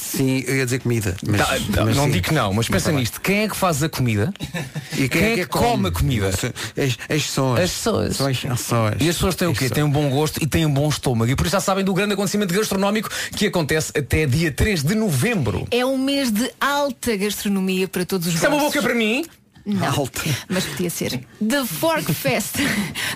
S1: Sim, eu ia dizer comida. Mas,
S6: Tá, tá,
S1: mas
S6: não
S1: sim.
S6: digo que não, mas pensa
S1: tá bem.
S6: nisto. Quem é que faz a comida?
S1: E quem, é que come?
S6: a comida?
S1: As, pessoas.
S6: As pessoas. E as pessoas têm o quê? Têm um bom gosto e têm um bom estômago. E por isso já sabem do grande acontecimento gastronómico que acontece até dia 3 de novembro.
S3: É um mês de alta gastronomia para todos os
S6: Isso é uma
S3: gostos.
S6: boca para mim?
S3: Não, mas podia ser. The Fork Fest,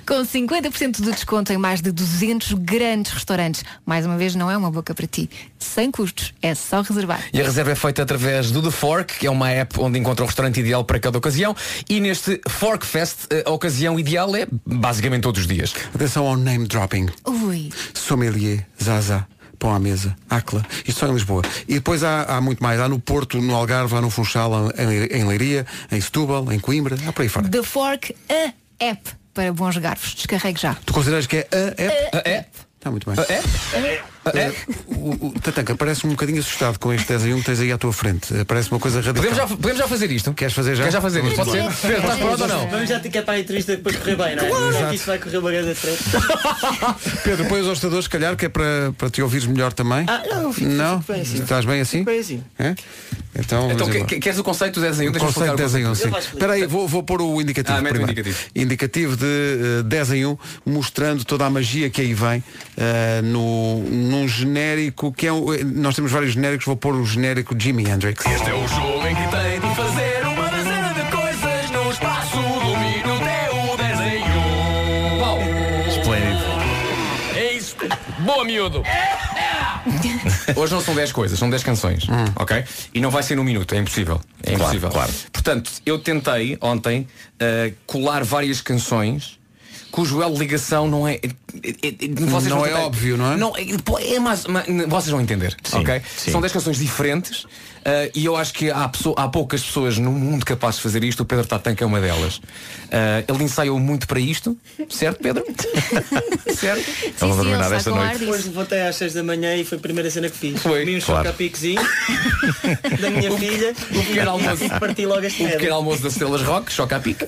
S3: com 50% de desconto em mais de 200 grandes restaurantes. Mais uma vez, não é uma boca para ti. Sem custos, é só reservar.
S6: E a reserva é feita através do The Fork, que é uma app onde encontra o restaurante ideal para cada ocasião. E neste Fork Fest, eh, a ocasião ideal é basicamente todos os dias.
S1: Atenção ao name dropping.
S3: Ui.
S1: Sommelier, Zaza, Pão à Mesa, Acla, isto só em Lisboa. E depois há, há muito mais, há no Porto, no Algarve, há no Funchal, em, em Leiria, em Setúbal, em Coimbra, há por aí fora.
S3: The Fork, a app para bons garfos. Descarregue já.
S1: Tu consideras que é a app?
S3: A
S1: Está muito bem.
S6: A app? É?
S1: Eh, o, o- Tatanka, parece-me um bocadinho assustado com este 10 a 1 que tens aí à tua frente. Eh, Parece uma coisa radical.
S6: Podemos já, podemos já fazer isto?
S1: Queres fazer já?
S6: Quer já fazer
S1: Muito
S6: isto? Pode ser?
S1: bem.
S6: Pedro, estás pronto ou não?
S17: Vamos já ter que ir para a entrevista para correr bem, não é?
S1: Claro.
S17: Claro. Isso vai correr uma
S15: é
S17: grande treta.
S1: Pedro, põe os hostadores, se calhar, que é para, para te ouvires melhor também.
S17: Ah, não, fico-
S1: Não?
S17: fico bem assim.
S1: Estás bem assim?
S17: Fico bem assim.
S1: É? Então,
S6: Então,
S1: vamos
S6: que-
S1: embora.
S6: que- queres o conceito do 10 em 1?
S1: O conceito 10 em 1, sim. Espera aí, vou, vou pôr o indicativo
S6: Ah, mete o
S1: primeiro.
S6: indicativo.
S1: Indicativo de eh, 10 em 1, mostrando toda a magia que aí vem eh, no, num genérico que é um, eh, Nós temos vários genéricos, vou pôr o genérico Jimi Hendrix.
S18: Este é o jogo em que tem de fazer uma dezena de coisas num espaço do minuto é o um. desenho. Bom,
S17: Esplêndido.
S6: É isso. Boa, miúdo. Hoje não são 10 coisas, são 10 canções.
S1: Hum.
S6: Ok? E não vai ser num minuto, é impossível. É
S17: Claro,
S6: impossível.
S17: claro.
S6: Portanto, eu tentei ontem eh, colar várias canções cujo elo de ligação não é. é- é- é- vocês
S1: Não
S6: vão
S1: é óbvio, não é?
S6: Não, é, pô, é mais, mas, n- vocês vão entender. ok? São 10 canções diferentes eh, e eu acho que há, pesso- há poucas pessoas no mundo capazes de fazer isto. O Pedro Tatanka é uma delas. Eh, ele ensaiou muito para isto, certo, Pedro? certo?
S17: Ela vai nada
S3: um
S17: esta noite.
S15: Hoje levantei às 6 da manhã e foi a primeira cena que fiz. Foi. Comi um
S17: Claro.
S15: chocapiquezinho da minha filha
S6: o pequeno almoço.
S15: e parti logo as
S17: É.
S6: O Um pequeno
S15: pedras.
S6: almoço das Estrelas Rock, choca a pique.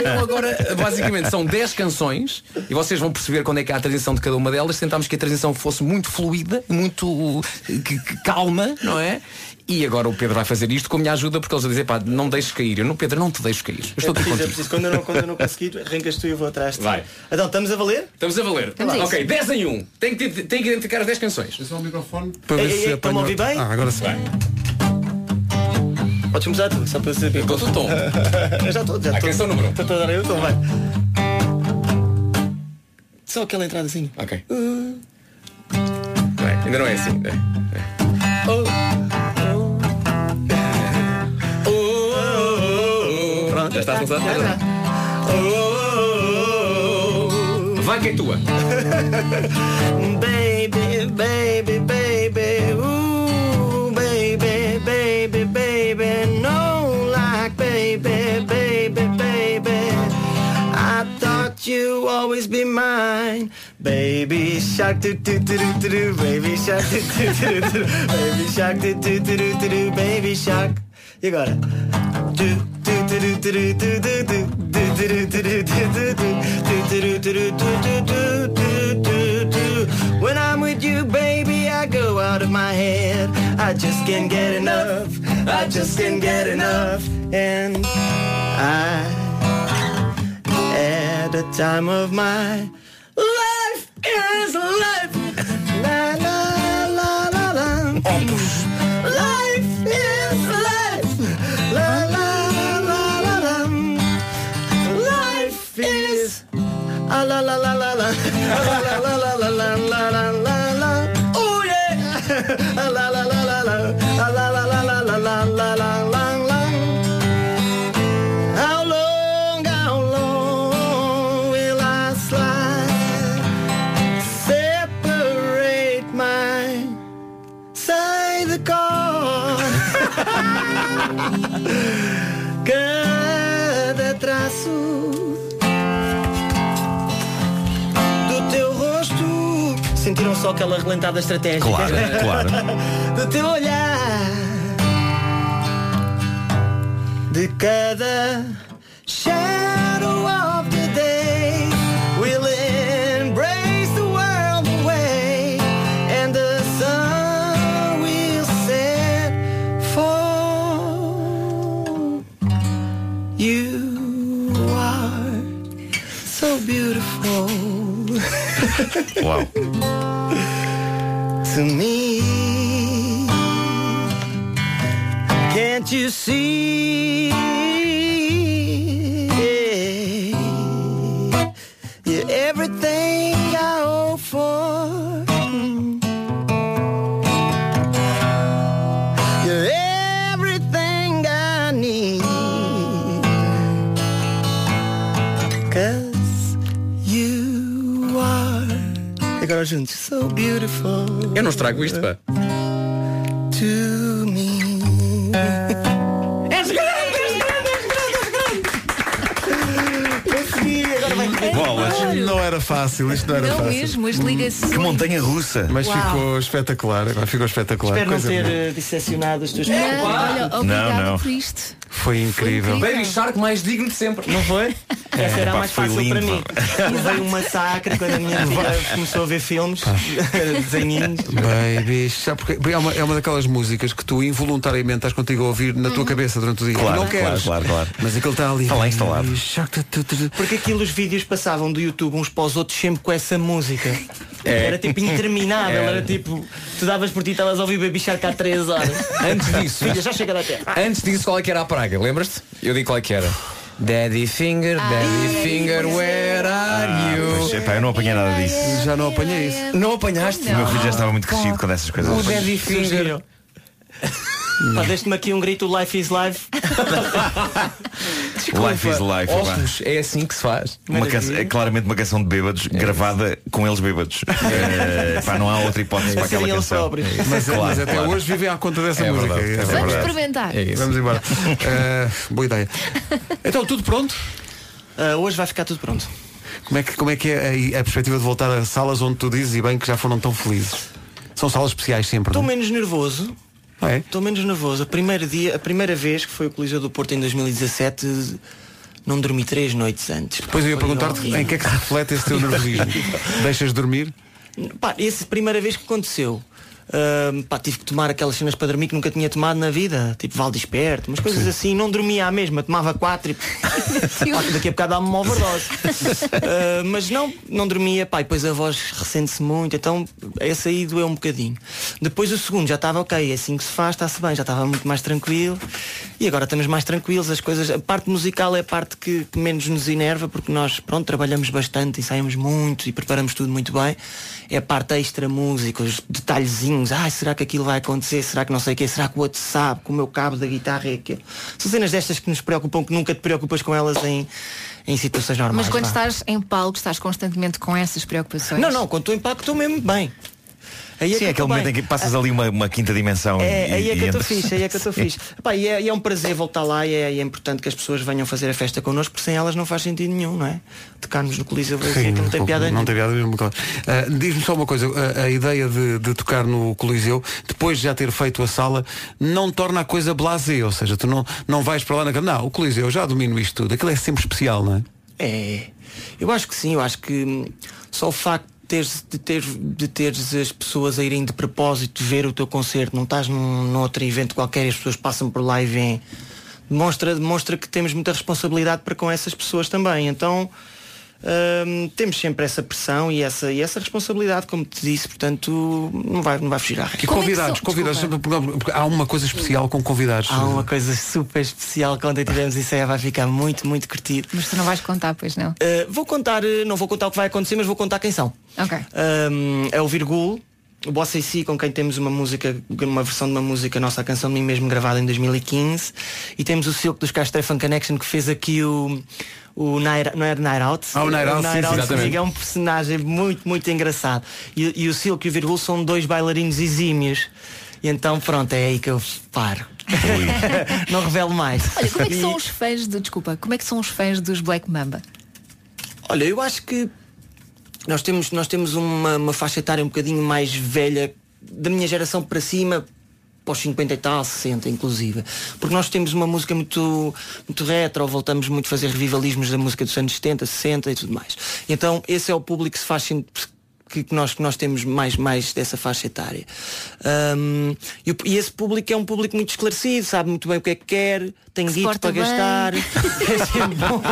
S6: Então agora, basicamente, são 10 canções e vocês vão perceber quando é que há a transição de cada uma delas. Tentámos que a transição fosse muito fluida, muito uh, que- que calma, não é? E agora o Pedro vai fazer isto com a minha ajuda porque eles vão dizer, pá, não deixes cair. Eu não, Pedro, não te deixo cair. Eu
S15: É
S6: estou aqui
S15: preciso, é
S6: contigo.
S15: preciso. Quando eu não, quando eu não conseguir, arrancas tu e eu vou atrás. de ti.
S6: Vai.
S15: Então, estamos a valer?
S6: Estamos a valer.
S15: Vamos a isso.
S6: ok, 10 em 1. Tem que, tem que identificar as 10 canções.
S1: É o microfone
S15: Para
S10: É,
S15: ver Ei, ei, se ei, estão-me a apanho- ouvir bem? Ah,
S1: agora sim.
S15: Podes começar tu, só para eu saber.
S6: Dou-te o tom.
S15: Eu já estou, já estou.
S6: canção número um.
S15: Estou a dar eu, então vai. Só aquela entrada assim.
S6: Ok. Bem, ainda não é assim. Pronto, já estás lançado? Vai que é tua.
S15: Baby, baby, baby, ooh, baby, baby, baby, no, like baby, baby, baby. I thought you always be mine, baby shark, do do do do do do, baby shark, do do do do do, baby shark, do do do do do do, baby shark. E agora? Do do do do do do do do do, do do do do do do do, do do do do do do do do do do. When I'm with you, baby, I go out of my head. I just can't get enough. I just can't get enough. And I at the time of my life is life. La la la la la. Life is life. La la la la la. Life is. Ah, la la la la la. Ah, la la la la la la la la la la. Oh yeah. Ah, la la la la la. Ah, la la la la la la la la la la. How long, how long will I slide? Separate my side the Cada traço do teu rosto. Sentiram só aquela relentada estratégica?
S17: Claro, claro.
S15: do teu olhar. De cada shadow of the day. We'll embrace the world away. And the sun will set for you are so beautiful.
S17: Uau.
S15: to me. Can't you see? Yeah. You're everything I hope for. Mm. You're everything I need. Cause you are. Agora juntos. So beautiful.
S6: Eu não estrago isto, pá.
S15: To me.
S3: É
S15: És grande, és grande, és grande,
S3: é
S15: és grande. Consegui, agora vai.
S1: Não era fácil, isto não era
S3: Não
S1: fácil.
S3: mesmo, as ligações.
S17: montanha russa.
S1: Mas
S3: Uau.
S1: ficou espetacular, agora ficou espetacular.
S15: Espero não
S1: Coisa
S15: ter
S1: boa.
S15: eh, disseccionado as tuas
S3: Não, olha,
S15: palavras.
S3: obrigada
S1: não.
S3: por isto.
S10: eh,
S1: Foi incrível.
S15: Baby Shark mais digno de sempre.
S17: Não foi?
S1: É,
S17: Essa era a
S1: pá,
S17: mais
S1: foi
S17: fácil
S1: lindo.
S17: para mim. Veio um massacre quando a minha filha começou a ver filmes, desenhinhos.
S10: um
S1: Baby, sabe porque porque é uma, é uma daquelas músicas que tu involuntariamente estás contigo a ouvir na tua cabeça durante o dia.
S10: Uhum. Claro,
S1: não
S10: claro,
S1: queres.
S10: claro, claro.
S1: Mas aquilo está ali.
S10: Está lá instalado. É
S17: Porque aquilo os vídeos passavam do YouTube uns para os outros sempre com essa música.
S10: É.
S17: Era tipo
S1: É.
S17: interminável,
S10: Era.
S17: era tipo, tu davas por ti, estavas a ouvir Baby Shark há 3 horas.
S15: Antes disso.
S17: Filha, já chega da terra.
S15: Antes disso, qual é que era a praga? Lembras-te? Eu digo qual é que era. Daddy Finger, Daddy Finger, where are you?
S6: Ah,
S10: Mas, epá, eu não apanhei nada disso.
S1: Já não apanhei isso.
S15: Não apanhaste?
S10: O meu filho já estava muito crescido quando essas coisas.
S17: O Daddy Finger. Pá, deste-me aqui um grito Life is Life.
S10: Life is life. epá.
S15: Óculos, é assim que se faz.
S10: Uma canção- é claramente uma canção de bêbados gravada com eles bêbados. Eh, pá, não há outra hipótese para aquela canção.
S1: Mas,
S10: Claro,
S1: mas até
S10: claro.
S1: hoje vivem à conta dessa
S10: É
S1: música.
S10: verdade, é
S1: Isso.
S10: verdade.
S3: Vamos experimentar.
S1: É isso. Vamos embora. Eh, boa ideia. Então, tudo pronto?
S17: Ah, hoje vai ficar tudo pronto.
S1: Como é que, como é, que é a, a perspectiva de voltar a salas onde tu dizes e bem que já foram tão felizes? São salas especiais sempre.
S17: Estou
S1: não? é?
S17: menos nervoso. Estou menos nervoso. A primeira, dia, a primeira vez que foi o Coliseu do Porto em 2017, não dormi três noites antes.
S1: Depois eu ia
S17: Foi
S1: perguntar-te
S17: horrível.
S1: em que é que se reflete esse teu nervosismo. Deixas de dormir?
S17: Pá, essa primeira vez que aconteceu. ahm, pá, tive que tomar aquelas cenas para dormir que nunca tinha tomado na vida, tipo Valdisperto, umas coisas assim, não dormia à mesma, tomava quatro e Pá, daqui a bocado dá-me uma overdose. Ah, mas não, não dormia, pá, e depois a voz ressente-se muito, então essa aí doeu um bocadinho. Depois o segundo já estava ok, é assim que se faz, está-se bem, já estava muito mais tranquilo e agora estamos mais tranquilos, as coisas, a parte musical é a parte que, que menos nos inerva porque nós pronto, trabalhamos bastante, ensaiamos muito e preparamos tudo muito bem. É a parte extra música, os detalhezinhos, ai será que aquilo vai acontecer, será que não sei o quê, será que o outro sabe, que o meu cabo da guitarra é aquele. São cenas destas que nos preocupam, que nunca te preocupas com elas em, em situações normais.
S3: Mas quando
S17: vá.
S3: estás em palco, estás constantemente com essas preocupações.
S17: Não, não, quando estou em palco estou mesmo bem. Aí
S10: Sim, é aquele momento em que passas ali uma, uma quinta dimensão.
S17: É,
S10: e-
S17: aí é
S10: e
S17: que eu estou
S10: entras.
S17: fixe, aí é que eu estou fixe. Epá, e, é, e é um prazer voltar lá e é, e é importante que as pessoas venham fazer a festa connosco, porque sem elas não faz sentido nenhum, não é? Tocarmos no Coliseu Brasil, que não tem piada
S1: não
S17: nenhuma.
S1: tem piada mesmo. claro. Ah, Diz-me só uma coisa, a, a ideia de, de tocar no Coliseu, depois de já ter feito a sala, não torna a coisa blasé, ou seja, tu não, não vais para lá naquela. Não, o Coliseu, eu já domino isto tudo, aquilo é sempre especial, não é?
S17: É. Eu acho que sim, eu acho que hum, só o facto de teres, de, ter, de teres as pessoas a irem de propósito ver o teu concerto, não estás num, num outro evento qualquer e as pessoas passam por lá e vêm, demonstra, demonstra que temos muita responsabilidade para com essas pessoas também. Então hum, temos sempre essa pressão e essa, e essa responsabilidade, como te disse, portanto não vai, não vai fugir à
S1: E
S17: regra.
S1: convidados, convidados, porque- porque há uma coisa especial com convidados.
S17: Há uma coisa super especial quando tivemos isso aí, vai ficar muito, muito curtido.
S3: Mas tu não vais contar, pois não?
S17: Eh, vou contar, eh, não vou contar o que vai acontecer, mas vou contar quem são.
S3: Ok.
S17: Um, é o Virgul, o Bossa e Si, com quem temos uma música, uma versão de uma música nossa, a canção de mim mesmo, gravada em 2015. E temos o Silk dos Castrefan Connection, que fez aqui o. O Night, não era Night Out?
S1: Ah, o Night Out, sim, sim,
S17: comigo
S1: exatamente.
S17: é um personagem muito, muito engraçado. E, e o Silk e o Virgul são dois bailarinos exímios. E então, pronto, é aí que eu paro. não revelo mais.
S3: Olha, como é que
S17: E-
S3: são os fãs do. Desculpa, como é que são os fãs dos Black Mamba?
S17: Olha, eu acho que nós temos, nós temos uma, uma faixa etária um bocadinho mais velha, da minha geração para cima, para os 50 e tal, 60 inclusive. Porque nós temos uma música muito, muito retro, voltamos muito a fazer revivalismos da música dos anos 70, 60 e tudo mais. Então esse é o público que se faz sen- que que nós, que nós temos mais, mais dessa faixa etária. Ahm, e, o- e esse público é um público muito esclarecido, sabe muito bem o que é que quer, tem
S3: se
S17: dito
S3: porta
S17: para
S3: bem.
S17: gastar, é sempre bom.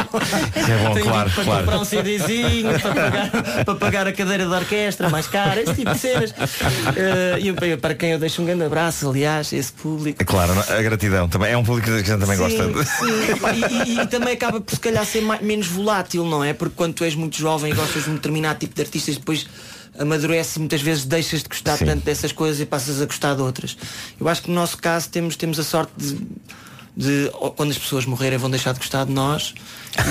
S10: Isso é bom,
S17: Tenho
S10: claro,
S17: dito para
S10: claro.
S17: comprar um CDzinho, para pagar, para pagar a cadeira da orquestra mais cara, esse tipo de cenas. Eh, e eu- para quem eu deixo um grande abraço, aliás, esse público.
S10: É Claro, a gratidão também. É um público que a gente também
S17: Sim,
S10: gosta.
S17: sim. Epá, E, e- e também acaba por se calhar ser mais, menos volátil, não é? Porque quando tu és muito jovem e gostas de um determinado tipo de artistas, depois amadurece e muitas vezes deixas de gostar tanto dessas coisas e passas a gostar de outras. Eu acho que no nosso caso temos, temos a sorte de, de, oh, quando as pessoas morrerem vão deixar de gostar de nós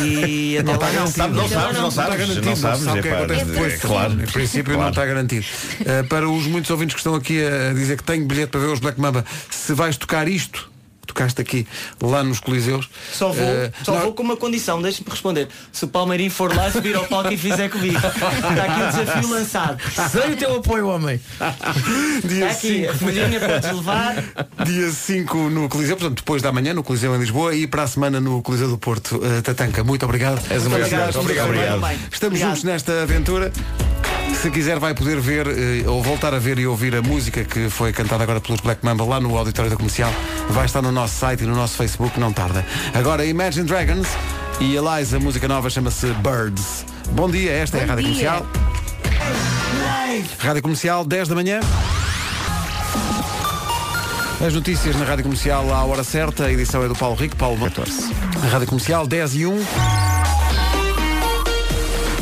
S17: e até
S1: Não
S17: lá
S1: está garantido.
S17: não.
S10: não
S17: Até lá
S10: sabes, não
S1: está
S10: sabes,
S1: garantido,
S10: não sabes,
S1: sabe o que
S10: é pá,
S1: acontece
S10: é
S1: depois.
S10: claro.
S1: Em princípio não
S10: Claro.
S1: está garantido. Eh, para os muitos ouvintes que estão aqui a dizer que tenho bilhete para ver os Black Mamba, se vais tocar isto, que tu tocaste aqui lá nos Coliseus.
S19: Só vou,
S1: Eh,
S19: só
S1: nós-
S19: vou com uma condição, deixe-me responder. Se o Palmeirinho for lá, subir ao palco e fizer comigo. Está aqui o desafio lançado.
S20: Sei o teu apoio, homem.
S1: Dia
S19: Está aqui, a
S1: cinco.
S19: folhinha podes levar.
S1: Dia 5 no Coliseu, portanto, depois da manhã no Coliseu em Lisboa e para a semana no Coliseu do Porto. Eh, Tatanca, muito obrigado.
S6: És uma
S1: obrigado.
S6: grande. Obrigado. Obrigado.
S1: Estamos juntos nesta aventura. Se quiser vai poder ver eh, ou voltar a ver e ouvir a música que foi cantada agora pelos Black Mamba lá no auditório da comercial. Vai estar no nosso site e no nosso Facebook, não tarda. Agora Imagine Dragons e Eliza, música nova chama-se Birds. Bom dia, esta é a
S12: Bom
S1: Rádio
S12: dia.
S1: Comercial. Rádio Comercial, 10 da manhã. As notícias na Rádio Comercial à hora certa, a edição é do Paulo Rico, Paulo 14. A Rádio Comercial 10 e 1.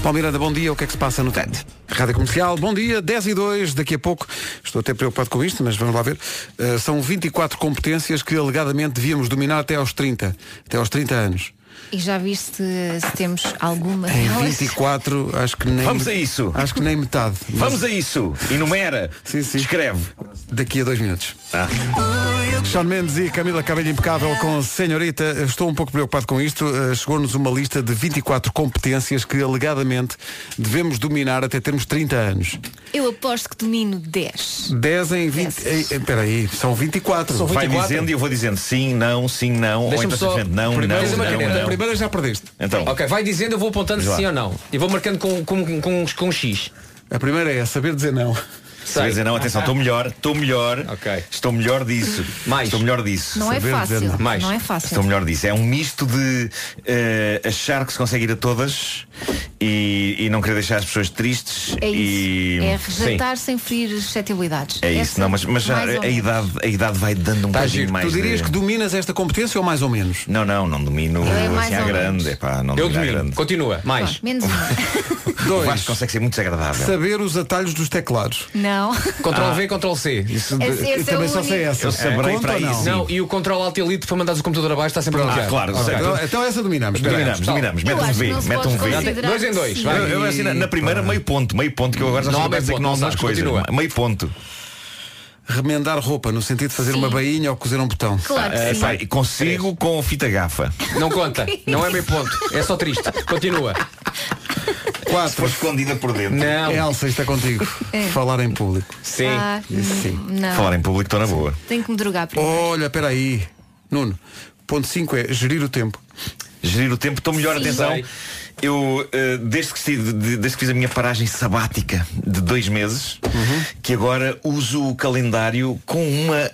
S1: Paulo Miranda, bom dia, o que é que se passa no TANT? Rádio Comercial, bom dia, 10 e 2, daqui a pouco, estou até preocupado com isto, mas vamos lá ver, Uh, são 24 competências que alegadamente devíamos dominar até aos 30, até aos 30 anos.
S3: E já viste se temos alguma
S1: Em
S3: delas?
S1: 24, acho que nem...
S10: É Vamos a isso.
S1: Acho que nem metade.
S10: Vamos a isso. Enumera. Escreve.
S1: Daqui a dois minutos. Sean Mendes e Camila Cabelho Impecável com Senhorita. Estou um pouco preocupado com isto. Eh, Chegou-nos uma lista de 24 competências que alegadamente devemos dominar até termos 30 anos.
S3: Eu aposto que domino 10.
S1: 10 em 20. eh, eh, Espera aí, são 24.
S10: Vai dizendo e eu vou dizendo sim, não, sim, não. Ou
S1: Deixa-me
S10: então
S1: só-
S10: simplesmente não, não,
S1: primeiro-
S10: não,
S1: primeiro-
S10: não.
S1: primeiro já perdeste.
S10: Então.
S15: Ok, vai dizendo, eu vou apontando
S10: Vamos
S15: se
S10: lá.
S15: sim ou não. E vou marcando com, com, com, com um X.
S1: A primeira é saber dizer não.
S10: Saber dizer não, atenção, estou melhor, estou melhor, estou melhor disso. Mais. Estou melhor disso.
S3: Não é Saber fácil, dizer não.
S10: Mais.
S3: não é fácil.
S10: Estou melhor disso. É um misto de eh, achar que se consegue ir a todas e, e não querer deixar as pessoas tristes.
S3: É
S10: E...
S3: isso. É
S10: Sim.
S3: rejeitar sem ferir suscetibilidades.
S10: É isso,
S3: Essa-
S10: não, mas, mas já
S3: mais ou
S10: a,
S3: menos.
S10: idade, a idade vai dando um
S1: Tá
S10: bocadinho
S1: giro.
S10: mais.
S1: Tu dirias
S10: de-
S1: que dominas esta competência ou mais ou menos?
S10: Não, não, não domino
S3: É mais
S10: assim à
S3: ou
S10: grande.
S3: menos.
S10: Epá, não
S15: Eu
S10: domino à
S15: domino.
S10: grande.
S15: Continua. Mais.
S3: Pronto, menos um.
S10: O Vasco consegue ser muito desagradável.
S1: Saber os atalhos dos teclados.
S3: Não.
S15: Ctrl V, Ctrl C. Ah. Isso
S3: Esse- esse é o único.
S10: Eu saberei para aí,
S15: não?
S10: sim.
S15: não, e o Ctrl Alt Elite para mandares o computador abaixo está sempre
S10: Pronto,
S15: bloqueado.
S10: ah, claro,
S15: Ok.
S10: certo.
S1: Então essa dominamos.
S10: Dominamos,
S15: Espera aí.
S10: dominamos.
S15: Eu
S10: Mete um
S15: acho
S10: V,
S15: que não se
S10: mete
S15: pode
S10: um V.
S15: considerar- Dois em dois, vai.
S10: Eu, eu, assim, na, na primeira, meio ponto, meio ponto, que eu agora já
S15: Não
S10: sou
S15: há meio
S10: capaz de dizer que
S15: ponto,
S10: não
S15: não
S10: algumas
S15: sabes,
S10: coisas.
S15: continua.
S10: Meio ponto.
S1: Remendar roupa, no sentido de fazer
S10: Sim.
S1: uma bainha ou cozer um botão.
S10: Ah, eh, pá, consigo com fita gafa.
S15: Não conta, não é meio ponto, é só triste. Continua.
S1: Quatro.
S10: Ah, Se for escondida por dentro.
S15: Não.
S1: É, Elsa, está contigo.
S3: É.
S1: Falar em público.
S3: Sim. Ah,
S1: Sim.
S3: não. Falar
S10: em público estou na boa.
S3: Tenho que me drogar primeiro.
S1: Olha, peraí. Nuno, ponto 5 é gerir o tempo.
S10: Gerir o tempo, estou melhor,
S1: Sim.
S10: atenção.
S1: Sei.
S10: Eu, eh, desde que, estive- de- desde que fiz a minha paragem sabática de dois meses,
S1: Uhum.
S10: que agora uso o calendário com uma,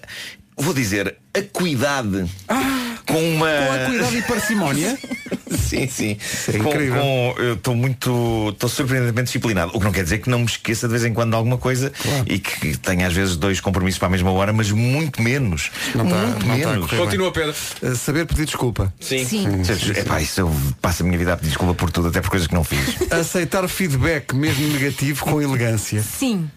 S10: vou dizer, acuidade.
S1: Ah.
S10: com uma.
S1: Com acuidade e parcimónia.
S10: Sim, sim. Com-
S1: é incrível.
S10: com- eu estou muito. Estou surpreendentemente disciplinado. O que não quer dizer que não me esqueça de vez em quando de alguma coisa e que tenha às vezes dois compromissos para a mesma hora, mas muito menos.
S1: Não está
S10: muito menos.
S1: Continua, Pedro. saber pedir desculpa.
S10: Sim, sim, sim. Epá, isso eu passo a minha vida a pedir desculpa por tudo, até por coisas que não fiz.
S1: Aceitar feedback, mesmo negativo, com elegância.
S3: Sim.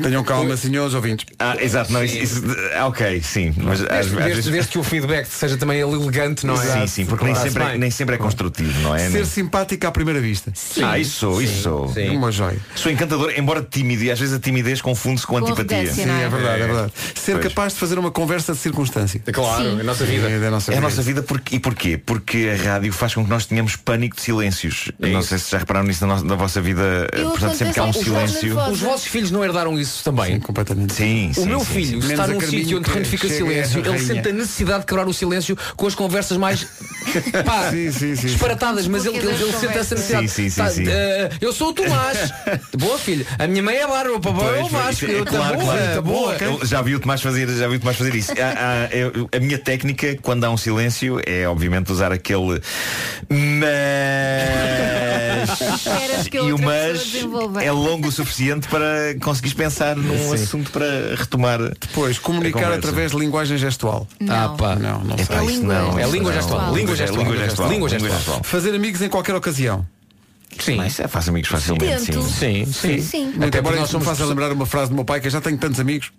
S1: Tenham calma, senhores ouvintes.
S10: Ah, exato, não, isso, isso- ah, ok, sim. Mas às, às
S15: Desde, desde-
S10: vezes.
S15: desde que o feedback seja também elegante, não é?
S10: Sim, sim, porque nem sempre, é, nem sempre é construtivo, não é?
S1: Ser simpático à primeira vista.
S10: Ah, isso sou, isso sou.
S1: Uma joia.
S10: Sou encantador, embora tímido, e às vezes a timidez confunde-se com,
S1: Com
S10: antipatia.
S1: arrogância, Sim, não é? é verdade, é verdade. Ser
S10: Pois.
S1: capaz de fazer uma conversa de circunstância.
S10: Claro, é a nossa vida.
S1: É da nossa vida.
S10: porque, e porquê? Porque a rádio faz com que nós tenhamos pânico de silêncios.
S15: É
S10: Eu não sei se já repararam nisso na, nossa, na vossa vida. eh,
S15: Eu
S10: Portanto, sempre que há um
S15: acontece- os
S10: silêncio.
S15: vossos- os vossos filhos não herdaram isso também. Sim,
S1: completamente.
S10: Sim,
S15: O
S10: sim,
S15: meu
S10: sim,
S15: filho
S10: sim.
S15: está
S10: Menos a
S15: num
S10: Carminho
S15: sítio onde
S10: que
S15: quando fica
S10: chega
S1: é
S15: silêncio,
S10: a
S15: ele
S10: rainha.
S15: sente a necessidade de quebrar o silêncio com as conversas mais pá,
S1: Sim, sim, sim.
S15: disparatadas, mas ele, ele, ele sente essa necessidade.
S10: Sim, sim, sim,
S15: Tá,
S10: sim.
S15: eh, eu sou o Tomás. Boa filho. A minha mãe é a Bárbara, o papai é o
S10: Pois, mas
S15: Vasco.
S10: isso é-
S15: Eu tá
S10: claro,
S15: boa,
S10: claro.
S15: tá boa.
S10: Eu já vi o Tomás fazer, já vi o Tomás fazer isso. A, a- eu- a minha técnica, quando há um silêncio, é obviamente usar aquele mas
S3: Esperas que a
S10: e o
S3: outra
S10: mas
S3: pessoa desenvolva.
S10: é longo o suficiente para conseguires pensar num
S1: Sim.
S10: assunto para retomar.
S1: Depois, comunicar
S10: É conversa.
S1: através de linguagem gestual.
S10: Não. Ah, pá.
S1: Não, não
S10: É
S1: sei.
S10: pá, isso não, É isso língua não. gestual, língua
S1: É
S10: gestual, língua gestual, língua gestual.
S1: Fazer amigos em qualquer ocasião.
S10: Sim. Mas é, faz amigos facilmente, sim.
S1: Tento.
S10: Sim,
S1: Muito
S10: Até
S1: embora
S10: porque nós
S1: isso me
S10: somos
S1: faça lembrar uma frase do meu pai que eu já tenho tantos amigos.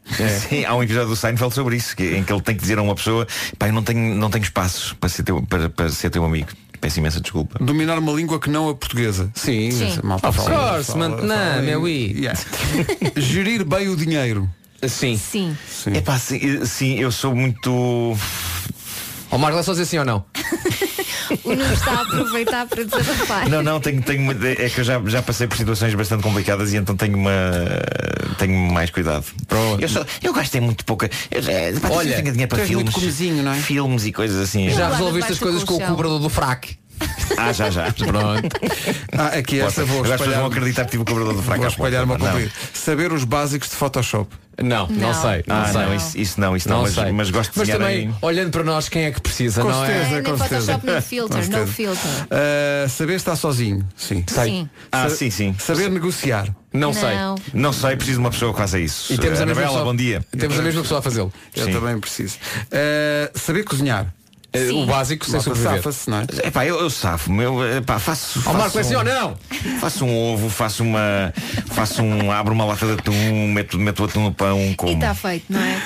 S10: Sim, há um episódio do Seinfeld sobre isso, que- em que ele tem que dizer a uma pessoa, pai, não tenho, não tenho espaço para ser, teu, para, para ser teu amigo. Peço imensa desculpa.
S1: Dominar uma língua que não a portuguesa. Sim,
S10: Sim.
S1: essa malta
S10: Of
S1: fala-
S10: course,
S1: fala-
S10: man-
S1: fala
S10: não,
S1: em-
S10: meu i.
S1: Yeah. Gerir bem o dinheiro.
S15: Sim.
S3: Sim.
S10: É pá, sim, eh, sim, eu sou muito.
S6: Ó Marco, é só dizer sim ou não?
S3: O Nuno está a aproveitar para desabafar.
S10: Não, não, tenho, tenho, muito- é que eu já, já passei por situações bastante complicadas e então tenho uma tenho mais cuidado. Eu, só, eu gastei muito pouca. Eu, é, pá,
S6: Olha,
S10: eu tenho dinheiro
S6: tu
S10: para
S6: és muito
S10: filmes.
S6: comezinho, não é?
S10: Filmes e coisas assim.
S6: Já resolveste as coisas com o cobrador do frac.
S10: Ah, já, já. Pronto.
S1: Ah, aqui esta vou
S10: Agora as pessoas
S1: espalhar-
S10: vão acreditar que tive o cobrador
S6: é
S10: do fraco.
S1: Vou
S10: à porta.
S1: espalhar uma
S10: Não.
S1: comprida. Saber os básicos de Photoshop.
S6: Não, não, sei. Não
S10: Ah,
S6: sei.
S10: não, isso- isso não, isso não, mas-
S6: sei.
S10: mas gosto de desenhar
S6: também,
S10: em-
S6: olhando para nós, quem é que precisa,
S1: Com
S6: não
S1: certeza,
S6: é?
S1: com
S3: Nem Photoshop,
S1: certeza.
S3: nem filter,
S1: Com certeza.
S3: no filter.
S1: Ah, saber estar sozinho. Sim.
S3: Sim.
S10: Ah,
S1: Sa-
S10: sim, sim.
S1: Saber negociar.
S3: Não sei. Não.
S10: Não sei, preciso de uma pessoa que faça isso.
S1: E temos a mesma
S10: Anabela,
S1: pessoa-
S10: bom dia.
S1: temos a mesma pessoa a fazê-lo. Eu também preciso. Ah, saber cozinhar. Eh,
S10: Sim. o básico, sem
S1: Malta
S10: sobreviver.
S1: safa-se, não é?
S10: Epá, eu, eu safo-me, eu epá, faço.
S1: Ó,
S10: faço
S1: Marco, é assim ou
S6: não?
S10: Faço um ovo, faço uma. Faço um. abro uma lata de atum, meto, meto o atum no pão,
S3: E
S10: como.
S3: está feito, não é?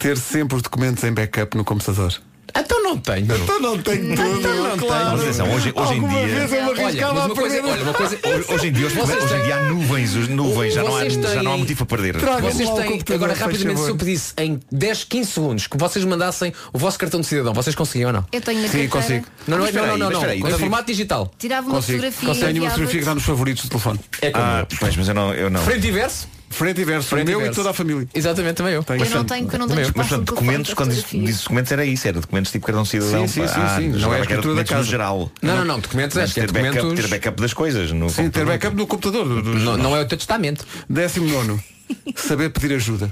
S1: Ter sempre os documentos em backup no computador.
S6: Então não tenho.
S1: Então não tenho tudo.
S10: não tenho. Mas atenção, hoje, hoje em dia.
S6: olha, mas uma coisa, olha, uma coisa,
S10: Hoje, hoje em dia, hoje,
S6: Vocês
S10: hoje em
S6: têm-
S10: dia há nuvens, os- nuvens já, não há,
S6: Vocês têm-
S10: já não há motivo para perder.
S1: um
S6: vocês têm, agora rapidamente, se eu pedisse em 10, 15 segundos que vocês mandassem o vosso cartão de cidadão, vocês conseguiam ou não?
S3: Eu tenho na Sim, carteira. consigo.
S6: Não, não,
S3: Mas espera
S6: não,
S3: aí,
S6: não,
S3: mas
S6: não,
S3: espera aí,
S6: não. Em
S3: consigo.
S6: formato digital.
S3: Tirava uma fotografia.
S1: Tenho uma
S3: enviava-te.
S1: fotografia que está nos favoritos do telefone.
S6: É
S10: Ah, pois, mas eu não. Eu não.
S6: Frente e verso?
S1: Frente e verso. o
S10: Frente e
S1: meu e
S10: verso.
S1: toda a família.
S6: Exatamente, também eu.
S3: Eu não tenho, porque eu não tenho
S10: Também eu.
S3: espaço
S10: Mas
S3: no
S10: pronto,
S3: telefone
S10: documentos,
S3: para
S10: quando disse,
S3: fotografias.
S10: disse documentos era isso, era documentos tipo cartão de cidadão.
S1: Sim, sim, sim,
S10: Ah,
S1: sim. Não é a
S10: jurava que
S1: estrutura
S10: era
S1: da
S10: documentos
S1: casa.
S10: no geral.
S1: Não, não, não, documentos é-
S10: Mas ter
S1: é
S10: backup,
S1: documentos-
S10: ter backup das coisas. No
S1: Sim, ter
S10: computador.
S1: backup no computador.
S10: Não-
S6: não é o teu testamento.
S1: Décimo nono. Saber pedir ajuda.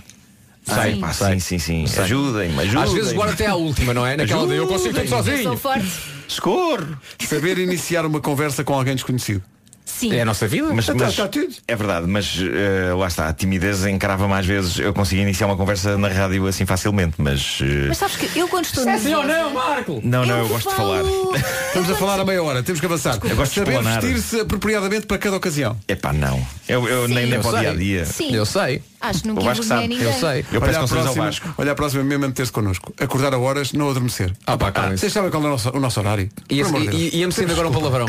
S10: Sei, pá, sei, sim, sim. Ajudem-me, ajudem
S6: Às vezes guarda até à última, não é? Naquela de eu consigo tudo sozinho.
S1: tipo-
S10: Socorro.
S1: Saber iniciar uma conversa com alguém desconhecido.
S3: Sim.
S10: É a nossa vida. Mas,
S1: Então, Está-
S6: Então,
S10: mas-
S6: tá
S1: está tudo.
S10: é verdade, mas eh, lá está, a timidez encarava mais vezes. Eu consegui iniciar uma conversa na rádio assim facilmente, mas. eh,
S3: Mas sabes que eu quando estou
S6: É sim ou
S3: nervosa-
S6: não, Marco?
S10: Não, não, eu gosto de falar.
S1: Estamos a falar a meia hora, temos que avançar.
S10: Eu gosto de
S1: Saber
S10: explanar.
S1: vestir-se apropriadamente para cada ocasião.
S10: Epá, não. Eu, eu nem, nem
S1: Eu
S10: para o
S1: sei.
S10: dia a dia.
S3: Sim. Eu
S6: sei.
S3: Acho que nunca envergonhei ninguém.
S10: Eu peço
S1: olha, a
S10: conselhos ao
S1: próxima,
S10: Vasco.
S1: olha a próxima mesmo é meter-se connosco. Acordar a horas, não adormecer.
S6: Ah, pá, calma.
S1: Vocês sabem qual é o nosso, o nosso horário?
S6: E
S1: Por
S6: esse-
S1: amor de Deus.
S6: e- e Ia-me sendo agora um palavrão.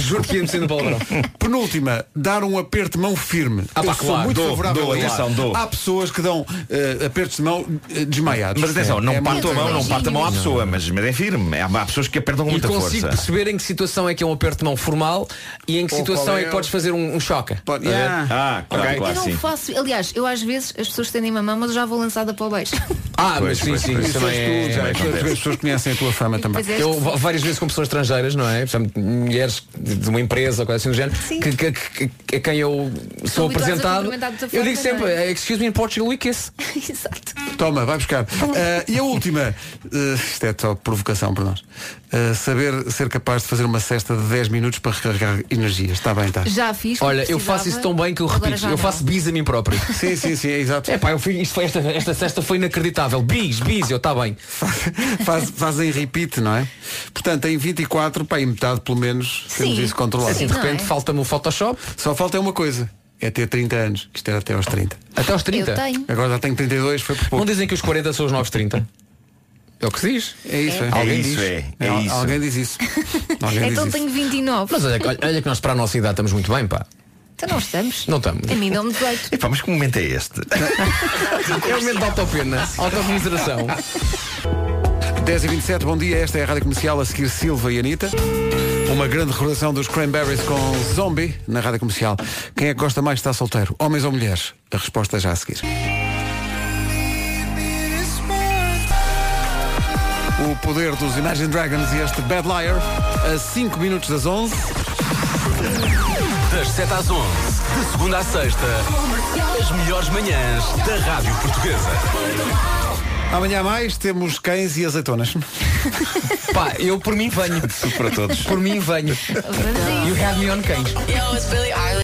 S6: Juro que ia-me sendo um palavrão.
S1: Penúltima, dar um aperto de mão firme.
S6: Ah, pá,
S1: Eu sou
S6: claro.
S1: muito
S6: Dou,
S1: favorável
S6: dou,
S1: a isso.
S6: atenção, dou.
S1: Há pessoas que dão eh, apertos de mão eh, desmaiados.
S10: Mas atenção,
S1: É,
S10: não
S1: é
S10: parto a
S1: muito
S10: mão, não
S1: grave.
S10: parto a mão à pessoa, mas, mas é firme. Há, há pessoas que apertam com
S6: E
S10: muita
S6: consigo
S10: força.
S6: perceber em que situação é que é um aperto de mão formal e em que
S10: Ou
S6: situação
S10: qual
S6: é
S10: é
S6: que
S10: o-
S6: podes fazer um, um choca.
S1: É.
S6: Tá a ver?
S10: Yeah. Ah, claro,
S6: Ok.
S10: claro,
S3: Eu não faço, aliás, eu às vezes as pessoas tendem-me a mão, mas eu já vou lançada para o baixo.
S6: Ah,
S1: Pois,
S6: mas sim,
S1: pois,
S6: sim,
S1: pois.
S6: isso também
S1: Isso és tu,
S6: é...
S1: já, as pessoas- as pessoas conhecem a tua fama também.
S3: Pois é.
S6: Eu va- várias vezes com pessoas estrangeiras, não é? Portanto, mulheres de de uma empresa, coisa assim do género, que, que- que- que- a quem
S3: São
S6: eu sou
S3: habituados a
S6: apresentado.
S3: cumprimentar de outra
S6: Eu
S3: forma,
S6: digo sempre, "Eh,
S3: não é?
S6: excuse me in Portugal, we kiss.
S3: Exato.
S1: Toma, vai buscar. Ah, e a última, ah, isto é só provocação para nós. Ah, saber ser capaz de fazer uma cesta de 10 minutos para recarregar energias. Está bem, está.
S3: Já fiz.
S6: Olha, eu faço isso tão bem que eu
S3: Agora
S6: repito,
S3: já
S6: eu
S3: não.
S6: faço bis a mim próprio.
S1: Sim, sim, sim, é exato.
S6: É pá, eu fui, isto foi, esta, esta sexta foi inacreditável. Bis, bis, eu está bem.
S1: Faz, fazem repeat, não é? Portanto, em 24, pá, em metade pelo menos, temos
S6: Sim.
S1: isso controlado.
S6: Assim, de Sim, não repente, é? falta-me o Photoshop.
S1: Só falta é uma coisa, é ter 30 anos, que isto era até aos 30.
S6: Até aos 30? Eu tenho.
S1: Agora já tenho 32, foi por pouco.
S6: Não dizem que os 40 são os 930? É o que se diz.
S1: É isso, é.
S6: Alguém
S1: É isso,
S6: diz.
S1: é. É Al- isso. alguém diz isso.
S6: Alguém
S3: Então
S6: diz
S3: tenho 29.
S6: Mas olha, que- olha, olha que nós para a nossa idade estamos muito bem, pá.
S3: Então não estamos.
S6: Não estamos.
S3: A mim não me vejo.
S10: Epá, mas que momento é este?
S6: É o momento de autopena, autocomiseração.
S1: 10 e 27 bom dia, esta é a Rádio Comercial, a seguir Silva e Anitta. Uma grande recordação dos Cranberries com Zombie na Rádio Comercial. Quem é que gosta mais de estar solteiro, homens ou mulheres? A resposta é já a seguir. O poder dos Imagine Dragons e este Bad Liar, a 5 minutos das 11.
S12: Das 7 às 11, de segunda à sexta, as melhores manhãs da Rádio Portuguesa.
S1: Amanhã mais temos cães e azeitonas.
S6: Pá, eu por mim venho.
S10: para todos.
S6: Por mim venho. E o me on cães.